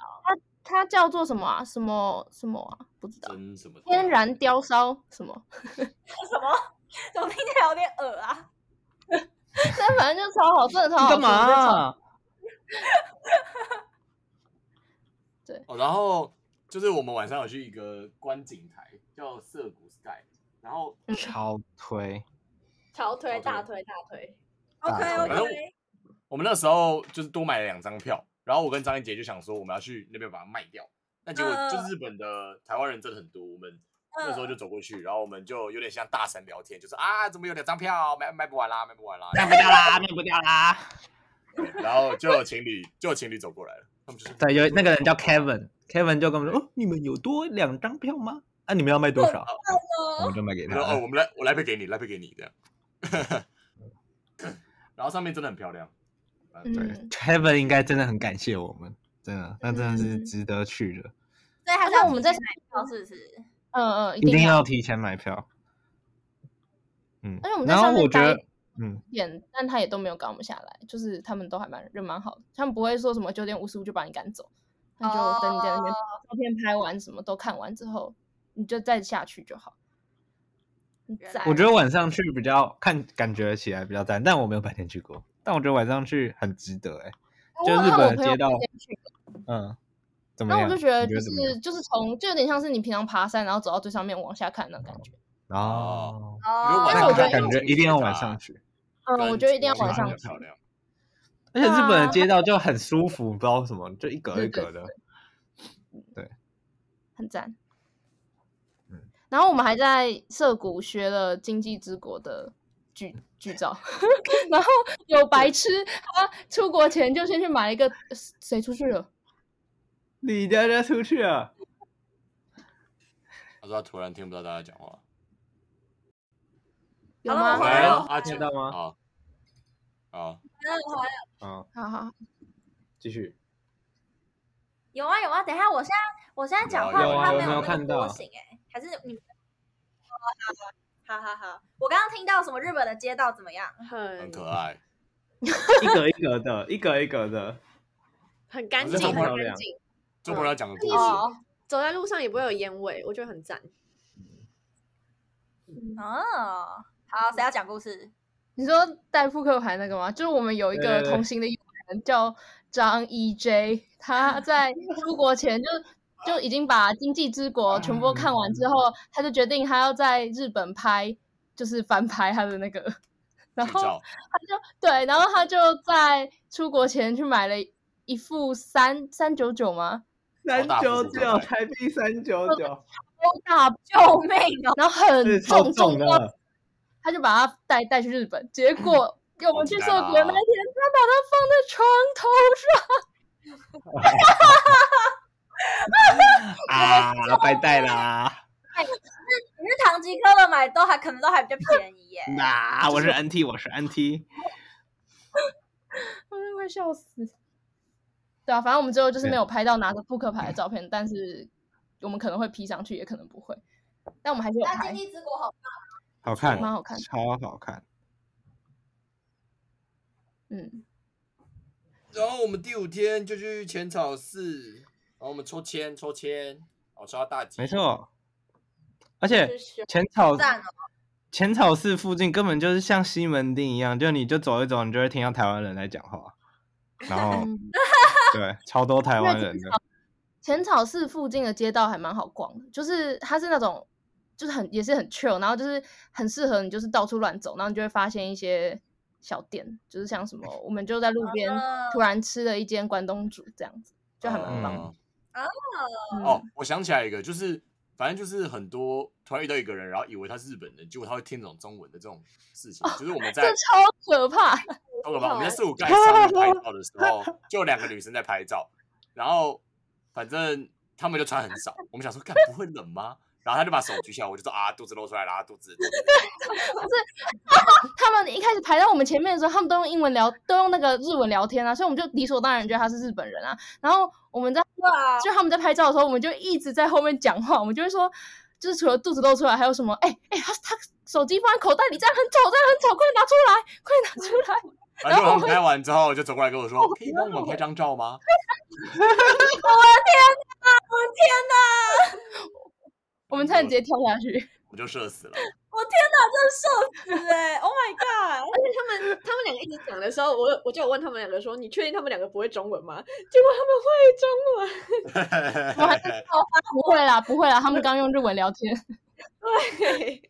它叫做什么啊？什么什么啊？不知道。真什么店天然雕烧什么？ 什么？怎么听起来有点恶啊？但反正就超好，真的超你好吃。干嘛真的超好啊？哦，然后就是我们晚上有去一个观景台叫涩谷 Sky，然后 超推，超推超推大推大推，大 OK 腿 OK，我们那时候就是多买了两张票，然后我跟张一杰就想说我们要去那边把它卖掉，但结果嗯嗯就日本的台湾人真的很多，我们嗯那时候就走过去，然后我们就有点像大神聊天，就是啊怎么有两张票卖卖不完啦，卖不完啦，不掉啦， 卖不掉啦。然后就有情侣就有情侣走过来了，他们就说对，有那个人叫 Kevin，Kevin 就跟我们说，哦，你们有多两张票吗？啊，你们要卖多少？我们就卖给我他说哦了。我们来我来配给你，来配给你这样， 然后上面真的很漂亮，反正吃对嗯， ，Kevin 应该真的很感谢我们，真的，那真的是值得去的，所以还是那要我们提在前买票是不是？嗯嗯，一一定定要要提前买票。嗯而且我，们在然后上面我觉得待，嗯，点，但他也都没有赶我们下来，就是他们都还蛮人蛮好的，他们不会说什么九点五十五就把你赶走，那就等你在那哦边照片拍完，什么都看完之后，你就再下去就好。很原赞来我觉得晚上去比较看感觉起来比较赞，但我没有白天去过，但我觉得晚上去很值得哎、就哦我日看本我的朋友街道推荐去，嗯，怎么然后样？我就觉得你就怎么样是就是从就有点像是你平常爬山，然后走到最上面往下看那种感觉。哦，我觉得晚上啊哦但是我觉得感觉一定要晚上去。嗯，我觉得一定要晚上很去漂。亮，而且日啊本的 街道就很舒服，不知道为什么，就一格一格的。很赞。嗯然后我们还在涩谷学了《经济之国》的剧剧照， 然后有白痴他出国前就先去买一个，谁出去了？李佳佳出去啊了，他说他突然听不到大家讲话，有好了我吗？回来了阿听杰到吗？啊啊，嗯，好好，继续。有啊有啊，等一下，我现在我现在讲话，有啊他有没啊有没有那看个到波形哎，还是你们？哦好好好好好，我刚刚听到什么日本的街道怎么样？很很可爱，一格一格的，一格一 格的，很干我净，觉得很很漂干亮净，中国人要讲的故事。哦走在路上也不会有烟味，我觉得很赞。哦，好，谁要讲故事？你说带扑克牌那个吗？就是我们有一对个对对同行的友人叫张 E J，他在出国前就就已经把《经济之国》全部都看完之后，嗯他就决定他要在日本拍，就是翻拍他的那个，然剧后照，他就对，然后他就在出国前去买了一副三三九九吗？三九超大九幅度台币三九 九，超大，救命哦！然后很这是超重啊重到的。嗯他就把它带带去日本，结果给我们去涩谷的那天，他把它放在床头上，啊，拜拜啦！你是唐吉诃德买都还可能都还比较便宜 耶。啊，我是 NT，我是 NT。我真的会笑死。对啊，反正我们最后就是对没有拍到拿着扑克牌的照片，但是我们可能会 P 上去，也可能不会。但我们还是有那拍经，济之国好好看，蛮好看的。超好看。嗯，然后我们第五天就去浅草寺，然后我们抽签抽签，我抽到大吉，没，错，而且是学浅草赞哦，浅草寺附近根本就是像西门町一样，就你就走一走，你就会听到台湾人在讲 话，然后哦对，超多台湾人的，浅草寺附近的街道还蛮好逛的，就是它是那种就是很也是很 chill，然后就是很适合你就是到处乱走，然后你就会发现一些小店，就是像什么，我们就在路边啊突然吃了一间关东煮这样子，就还蛮棒的。嗯嗯哦，我想起来一个，就是反正就是很多突然遇到一个人，然后以为他是日本人，结果他会听懂中文的这种事情，就是我们在 这超可怕！懂了吧？我们在四五盖上面拍照的时候，就有两个女生在拍照，然后反正她们就穿很少，我们想说，干不会冷吗？然后她就把手举起来，我就说啊，肚子露出来啦，肚子。肚子他们一开始排到我们前面的时候，他们都用英文聊，都用那个日文聊天啊，所以我们就理所当然觉得他是日本人啊。然后我们在哇，就他们在拍照的时候，我们就一直在后面讲话，我们就会说，就是除了肚子露出来，还有什么？哎、哎、他他手机放在口袋里，这样很丑，这样很丑，快拿出来，快拿出来！然后我们拍完之后，就走过来跟我说，可以帮我们拍张照吗？我的天哪，我们差点直接跳下去。我就社死了。我天哪，真的受死哎！Oh my god！而且他们他们两个一直讲的时候，我有我就有问他们两个说：“你确定他们两个不会中文吗？” 结果他们会中文。不会啦，不会啦，他们刚用日文聊天，对，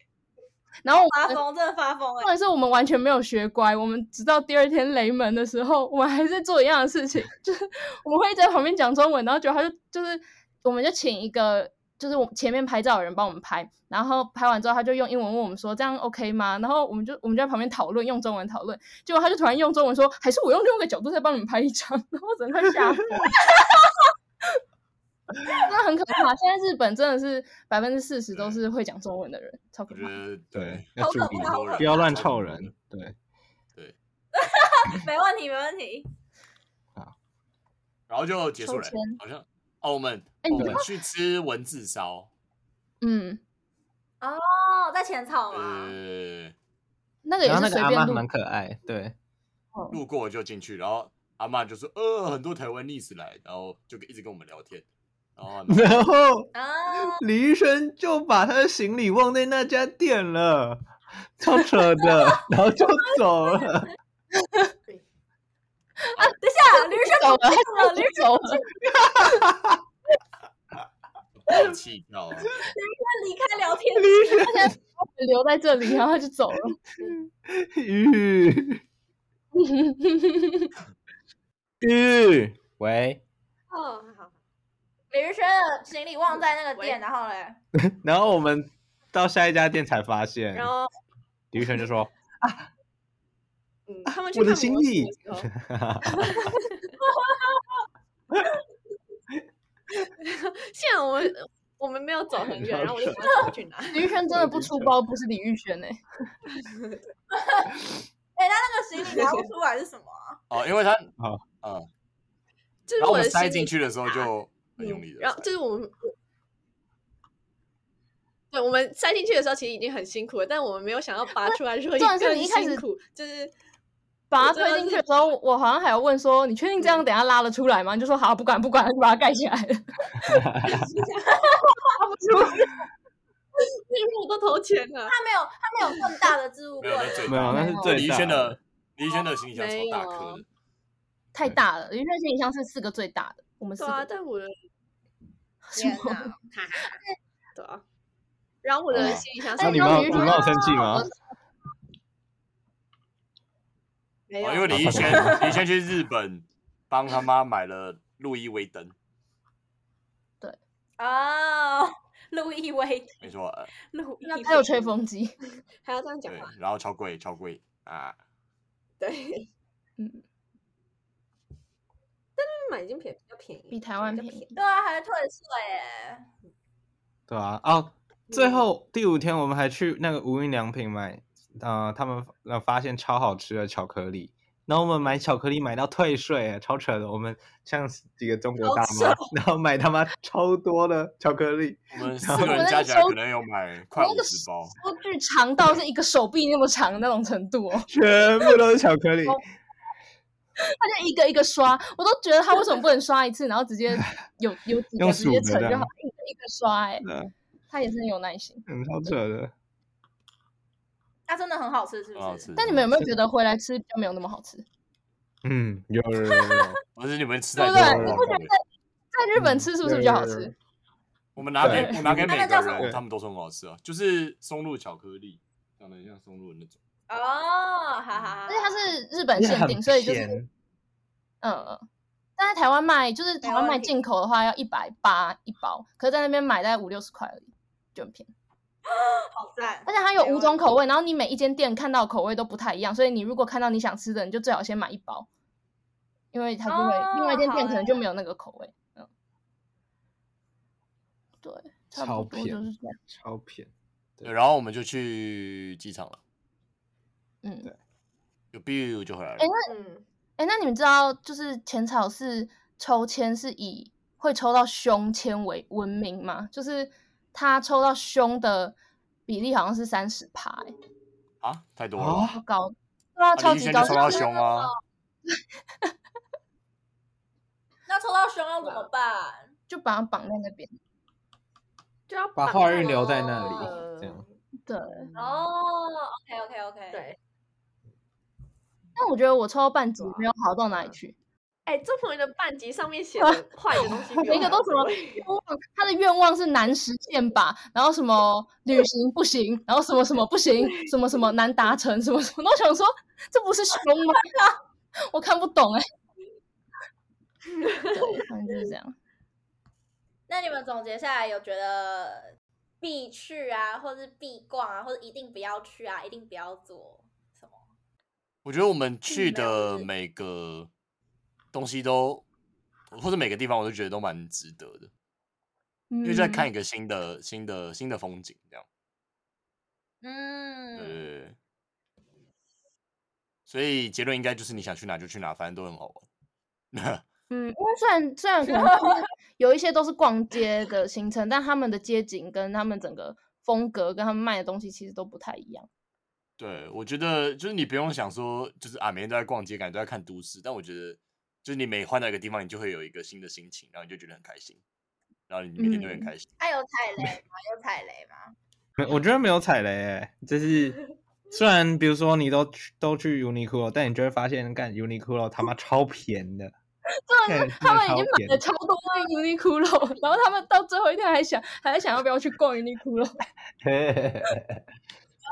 然后我发们疯，真的发疯哎重！点是我们完全没有学乖，我们直到第二天雷门的时候，我们还是做一样的事情， 就是我们会在旁边讲中文，然后结果他就就是，我们就请一个就是我前面拍照的人帮我们拍，然后拍完之后他就用英文问我们说这样 OK 吗？然后我们就我们就在旁边讨论，用中文讨论，结果他就突然用中文说，还是我用另外一个角度再帮你们拍一张，然后我整个快吓疯 了。真的很可怕！现在日本真的是百分之四十都是会讲中文的人，超 我可觉怕。得对对，，要注好意可怕好可，怕不要乱凑人。对，没问题，没问题。然后就结束了抽签，好像哦，我们哎你我知们去吃文字烧，嗯，哦，在浅草吗？呃，那个也然后是那个随阿便妈录蛮可爱，对，路过就进去，然后阿嬷就说：“呃，很多台湾历史来，然后就一直跟我们聊天，然后还蛮然后啊，李医生就把他的行李忘在那家店了，超扯的， 然后就走了。等一下，驴生走 了， 了驴走了。爆气掉啊。离开聊天，留在这里，然后他就走了。 吁吁，喂，哦，好，驴生行李忘在那个店，喂然后嘞，然后我们到下一家店才发现，然后李宇轩就说嗯，他们：“去我的看行魔术李的时候， 现在我们我们没有走很远，然后我就不知道去哪。李玉轩真的不出包，不是李玉轩哎、哎，他那个行李拿不出来是什么啊？”哦，因为他好嗯，就是然后我的们塞行李进去的时候就很嗯用力的，然后就是我们，对，我们塞进去的时候其实已经很辛苦了，但我们没有想要拔出来的时候重点是你也更一开始辛苦，就是把他推进去的时候，我好像还有问说：“你确定这嗯样等一下拉了出来吗？”你就说：“好，不管不管，就把它盖起来了。 因为我都投钱了，他没有，他没有更大的置物没柜有，那最没有，那是大最李宇大轩的李宇轩的行李箱没超大颗有的，”太大了，李玉轩行李箱是四个最大的，我们四对啊，个。但我的什么天哪 对啊，然后我的哦行李箱那上哎你面们有那你李宇们有生气吗？没有，哦，因为李宇轩李宇轩去日本帮他妈买了路易威登，哦，路易威，没错，呃路易威，还有吹风机，还要这样讲对话，，然后超贵超贵啊，对， 嗯，买已经便比较便宜，比台湾比较便宜对啊，还退税耶，对啊，哦，最后第五天我们还去那个无印良品买，呃，他们呃发现超好吃的巧克力，然后我们买巧克力买到退税，超扯的。我们像几个中国大妈，然后买他妈超多的巧克力， 我们四个人加起来可能有买快五十包，工具长到是一个手臂那么长的那种程度哦， 全部都是巧克力。他就一个一个刷，我都觉得他为什么不能刷一次，然后直接有有几用个直数接的盛这就样好，一个一个刷、欸，对啊他也是很有耐心。嗯，超扯的。它真的很好吃，是不很是？好吃。但你们有没有觉得回来吃比较没有那么好吃？嗯，有有有有有。不是你们吃对太不多对？了你我不觉靠得在日本吃是不是比较好嗯对对吃？我们拿给对我拿给那每个个叫什么人，他们都说很好吃啊，就是松露巧克力，长得很像松露的那种。哦，好好好，而且它是日本限定，很所以就是甜嗯嗯。但在台湾卖，就是台湾没卖问题进口的话要一百八一包，可是在那边买大概五六十块而已，就很便宜。好赞而。且它有没五问种题口味，然后你每一间店看到的口味都不太一样，所以你如果看到你想吃的，你就最好先买一包，因为它不会、另外一间哦店好可能欸就没有那个口味。嗯，对，差超不多便就是这样。超甜。对对，然后我们就去机场了，嗯，有 biu 就回来了哎。嗯，哎，那你们知道，就是浅草寺抽签是以会抽到胸签为闻名吗？就是他抽到胸的比例好像是三十趴，欸啊，太多啊了，超高，对啊，啊超你级先高，就抽到就是胸啊，那抽到熊要怎么嗯办？就把它绑在那边。就要把绑话在语留在那那里个这样对，哦，OK OK OK，，对，但我觉得我抽到半截对啊没有好到哪里嗯去，哎，周鹏宇的半集上面写的坏的东西，每个都什么愿望，他的愿望是难实现吧，然后什 么旅行不行，然后什么什么不行，什么什么难达成，什么什么， 那我想说这不是凶吗？ 我看不 懂哎、对，反正就是这样。那你们总结下来有觉得必去啊，或是必逛啊，或者一定不要去啊，一定不要做什么？我觉得我嗯们去的是每个东西都，或者每个地方，我都觉得都蛮值得的，因因为就在看一个新的、新的、新的风景，这样。对对嗯，对。对所以结论应该就是你想去哪就去哪，反正都很好玩。 嗯，因为虽然虽然可能就是有一些都是逛街的行程，但他们的街景跟他们整个风格跟他们卖的东西其实都不太一样。对，我觉得就是你不用想说，就是啊，每天都在逛街，感觉都在看都市。但我觉得，就是你每换到一个地方，你就会有一个新的心情，然后你就觉得很开心，然后你每天都会很嗯开心。啊，有踩雷吗？有踩雷吗？没，我觉得没有踩雷、欸，就是 虽然比如说你都去都去 Uniqlo，但你就会发现，干 Uniqlo 他妈超便的， 对干啊，真他的们已经超买便了超多的 Uniqlo，然后 他们到最后一天还想还在想要不要去逛 Uniqlo， 的，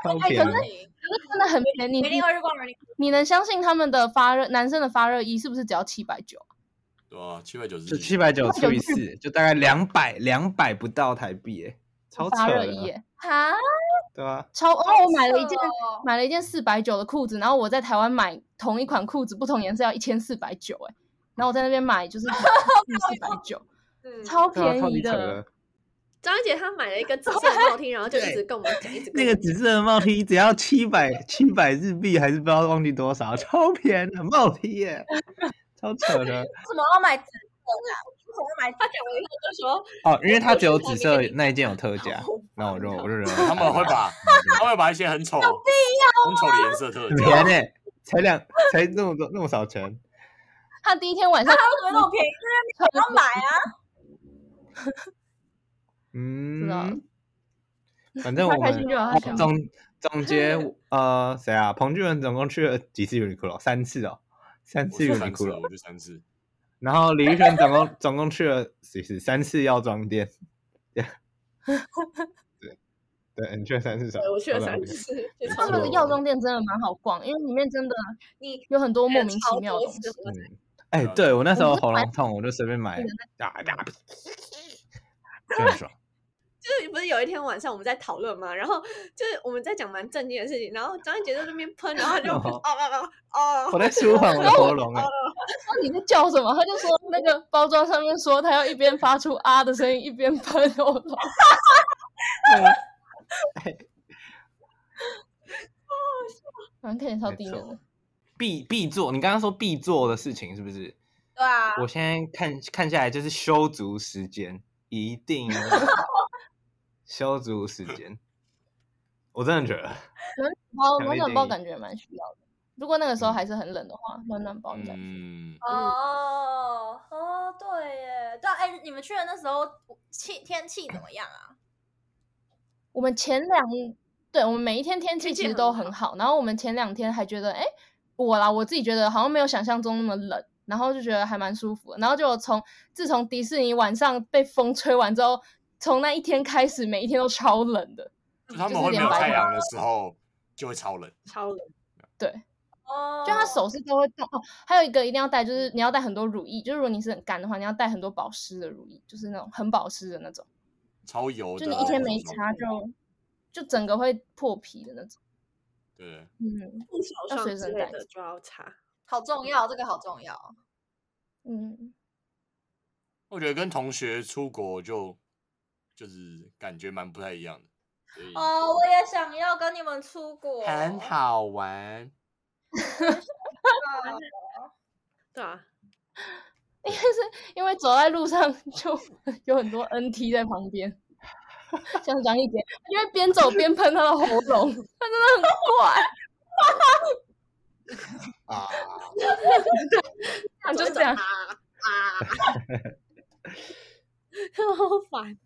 超哎便可的。那真的很便宜。一定你会去逛人力。你能相信他们的发热男生的发热衣是不是只要七百九？对啊，七百九十就七百九除以四，就大概两百两百不到台币、欸，超扯发热衣的，耶，啊，对啊，超！然后我买了一件好扯哦买了一件四百九的裤子，然后我在台湾买同一款裤子不同颜色要一千四百九，哎，然后我在那边买就是四百九， 嗯，超对啊，便超宜级扯的。的。张姐她买了一个紫色的帽 T，然后就一直跟我们讲，一直跟那我个们紫讲色的帽 T 只要七百七百日币，还是不知道忘记多少，超便宜的帽 T 耶、超为扯的。什么要买紫色的啊？为什么要买紫她讲完以后就说哦，因为它只有紫色那一件有特价，好那我就我就忍了。他们会 把他们会把一些很丑、很丑的颜色特很价，便宜、啊才两才那么多那么少钱，他第一天晚上色？它为什么那么便宜？因为穿你要买啊！是啊嗯， 反正他我开心们哦就好，他想总 总结呃谁啊？彭俊文总共去了几次 Uniqlo？三次哦，三我次去三次 Uniqlo 了，。我去三次。然后李宇轩总共总共去了几次？三次药妆店。 对对，你去了三次什么？嗯对我去了药妆三店。次，就他超们的错药妆店真的蛮好逛，因为里面真的你有很多莫名其妙的东西。嗯，哎，对我那时候我不是喉买咙痛，我就随便买那个，啊啊，就很爽。就是不是有一天晚上我们在讨论嘛，然后就是我们在讲蛮正经的事情，然后张杰在那边喷，然后他就啊哦哦哦哦哦，我在舒缓我的喉咙哎，说你在叫什么？他就说那个包装上面说他要一边发出啊的声音，一边喷喉咙。哎反正看起来超低能没的错。 必必做，你刚刚说必做的事情是不是？ 对啊，我现在看看下来就是修足时间，一定 修足时间。我真的觉得，暖包强暖烈暖包建议感觉蛮需要的。如果那个时候嗯还是很冷的话，暖暖包应该不错嗯，啊哦哦，对耶，对啊，哎，你们去的那时候气天气怎么样啊？我们前两，对我们每一天天气天气其实很都很好，然后我们前两天还觉得，哎，我啦，我自己觉得好像没有想象中那么冷，然后就觉得还蛮舒服的。然后就从自从迪士尼晚上被风吹完之后，从那一天开始，每一天都超冷的。就他就们是会没连有白太天阳的时候就会超冷，超冷，对，哦，就它手是都会动哦。还有一个一定要带，就是你要带很多乳液，就是如果你是很干的话，你要带很多保湿的乳液，就是那种很保湿的那种，超油就的。你一天没擦就就整个会破皮的那种。对，嗯护手要霜随之身类带的着就要擦。好重要，这个好重要。嗯。我觉得跟同学出国就就是感觉蛮不太一样的，所以哦，我也想要跟你们出国，很好 玩。啊。对啊，应该是因为走在路上就有很多 NT 在旁边，像张一杰，因为边走边喷他的喉咙，他真的很怪，啊，他 就是走一走这样啊。好烦。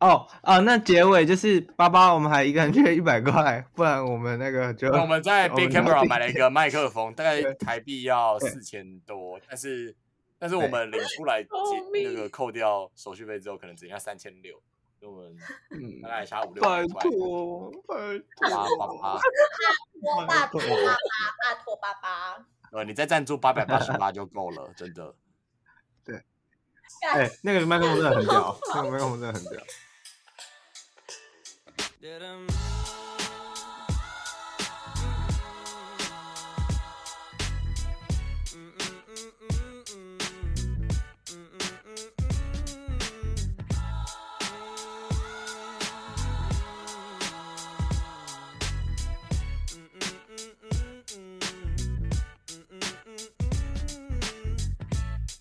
哦啊，那结尾就是爸爸，我们还一个人缺一百块，不然我们那个就那我们在我们 Big 聊 Camera 天买了一个麦克风，大概对台币要对四千多，但是但是对我们领出 来结那命个扣掉手续费之后，可能只剩下三千六，所以我们 嗯大概差五六拜百块。托拜八八八，嗯托爸托托爸爸，拜托爸爸。呃，你再赞助八百八十八就够了，真的。哎、干那个麦克风真的很屌，那个麦克风真的很屌。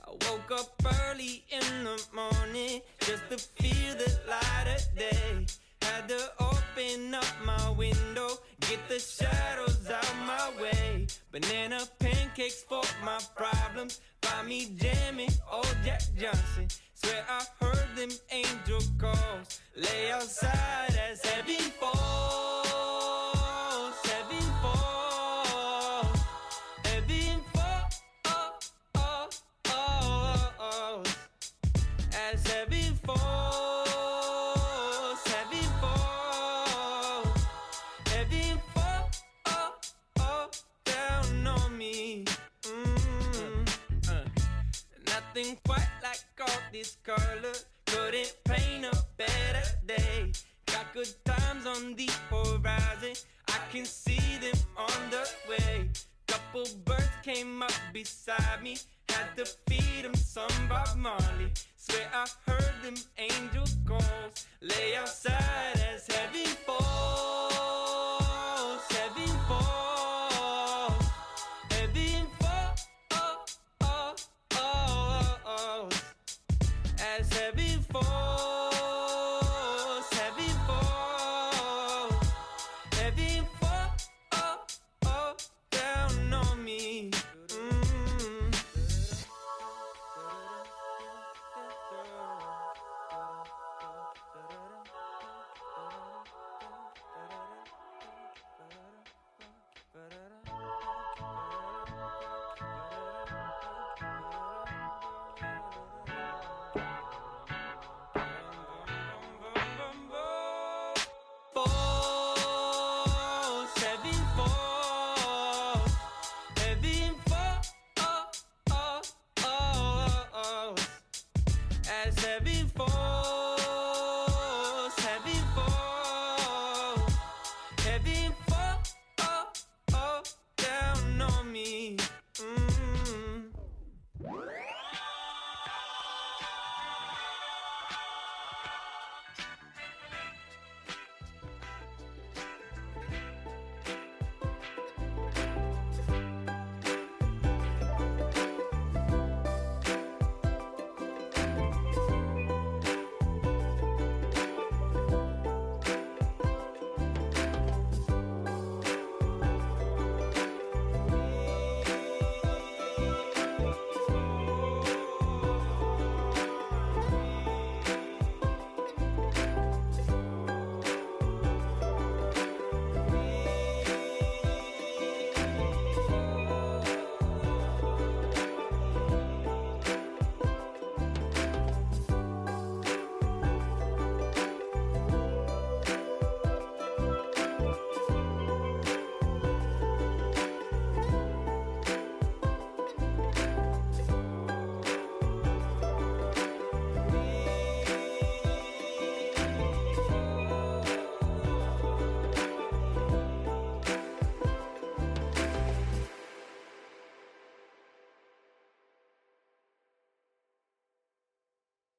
I woke up early in the morning just to feel the light of day. Had to open up my window, get the shadows out my way. Banana pancakes for my problems. Find me jamming, old Jack Johnson. Swear I heard them angel calls. Lay outside as heaven falls, heaven falls. Heaven falls as heaven falls, heaven falls, heaven falls down on me. Mm, uh. Nothing quite like all this color. Couldn't paint a better day. Got good times on the horizon. I can see them on the way. Couple birds came up beside me. Had to feed them some Bob Marley. Swear I heard them angel calls. Lay outside as heaven falls. Heaven falls.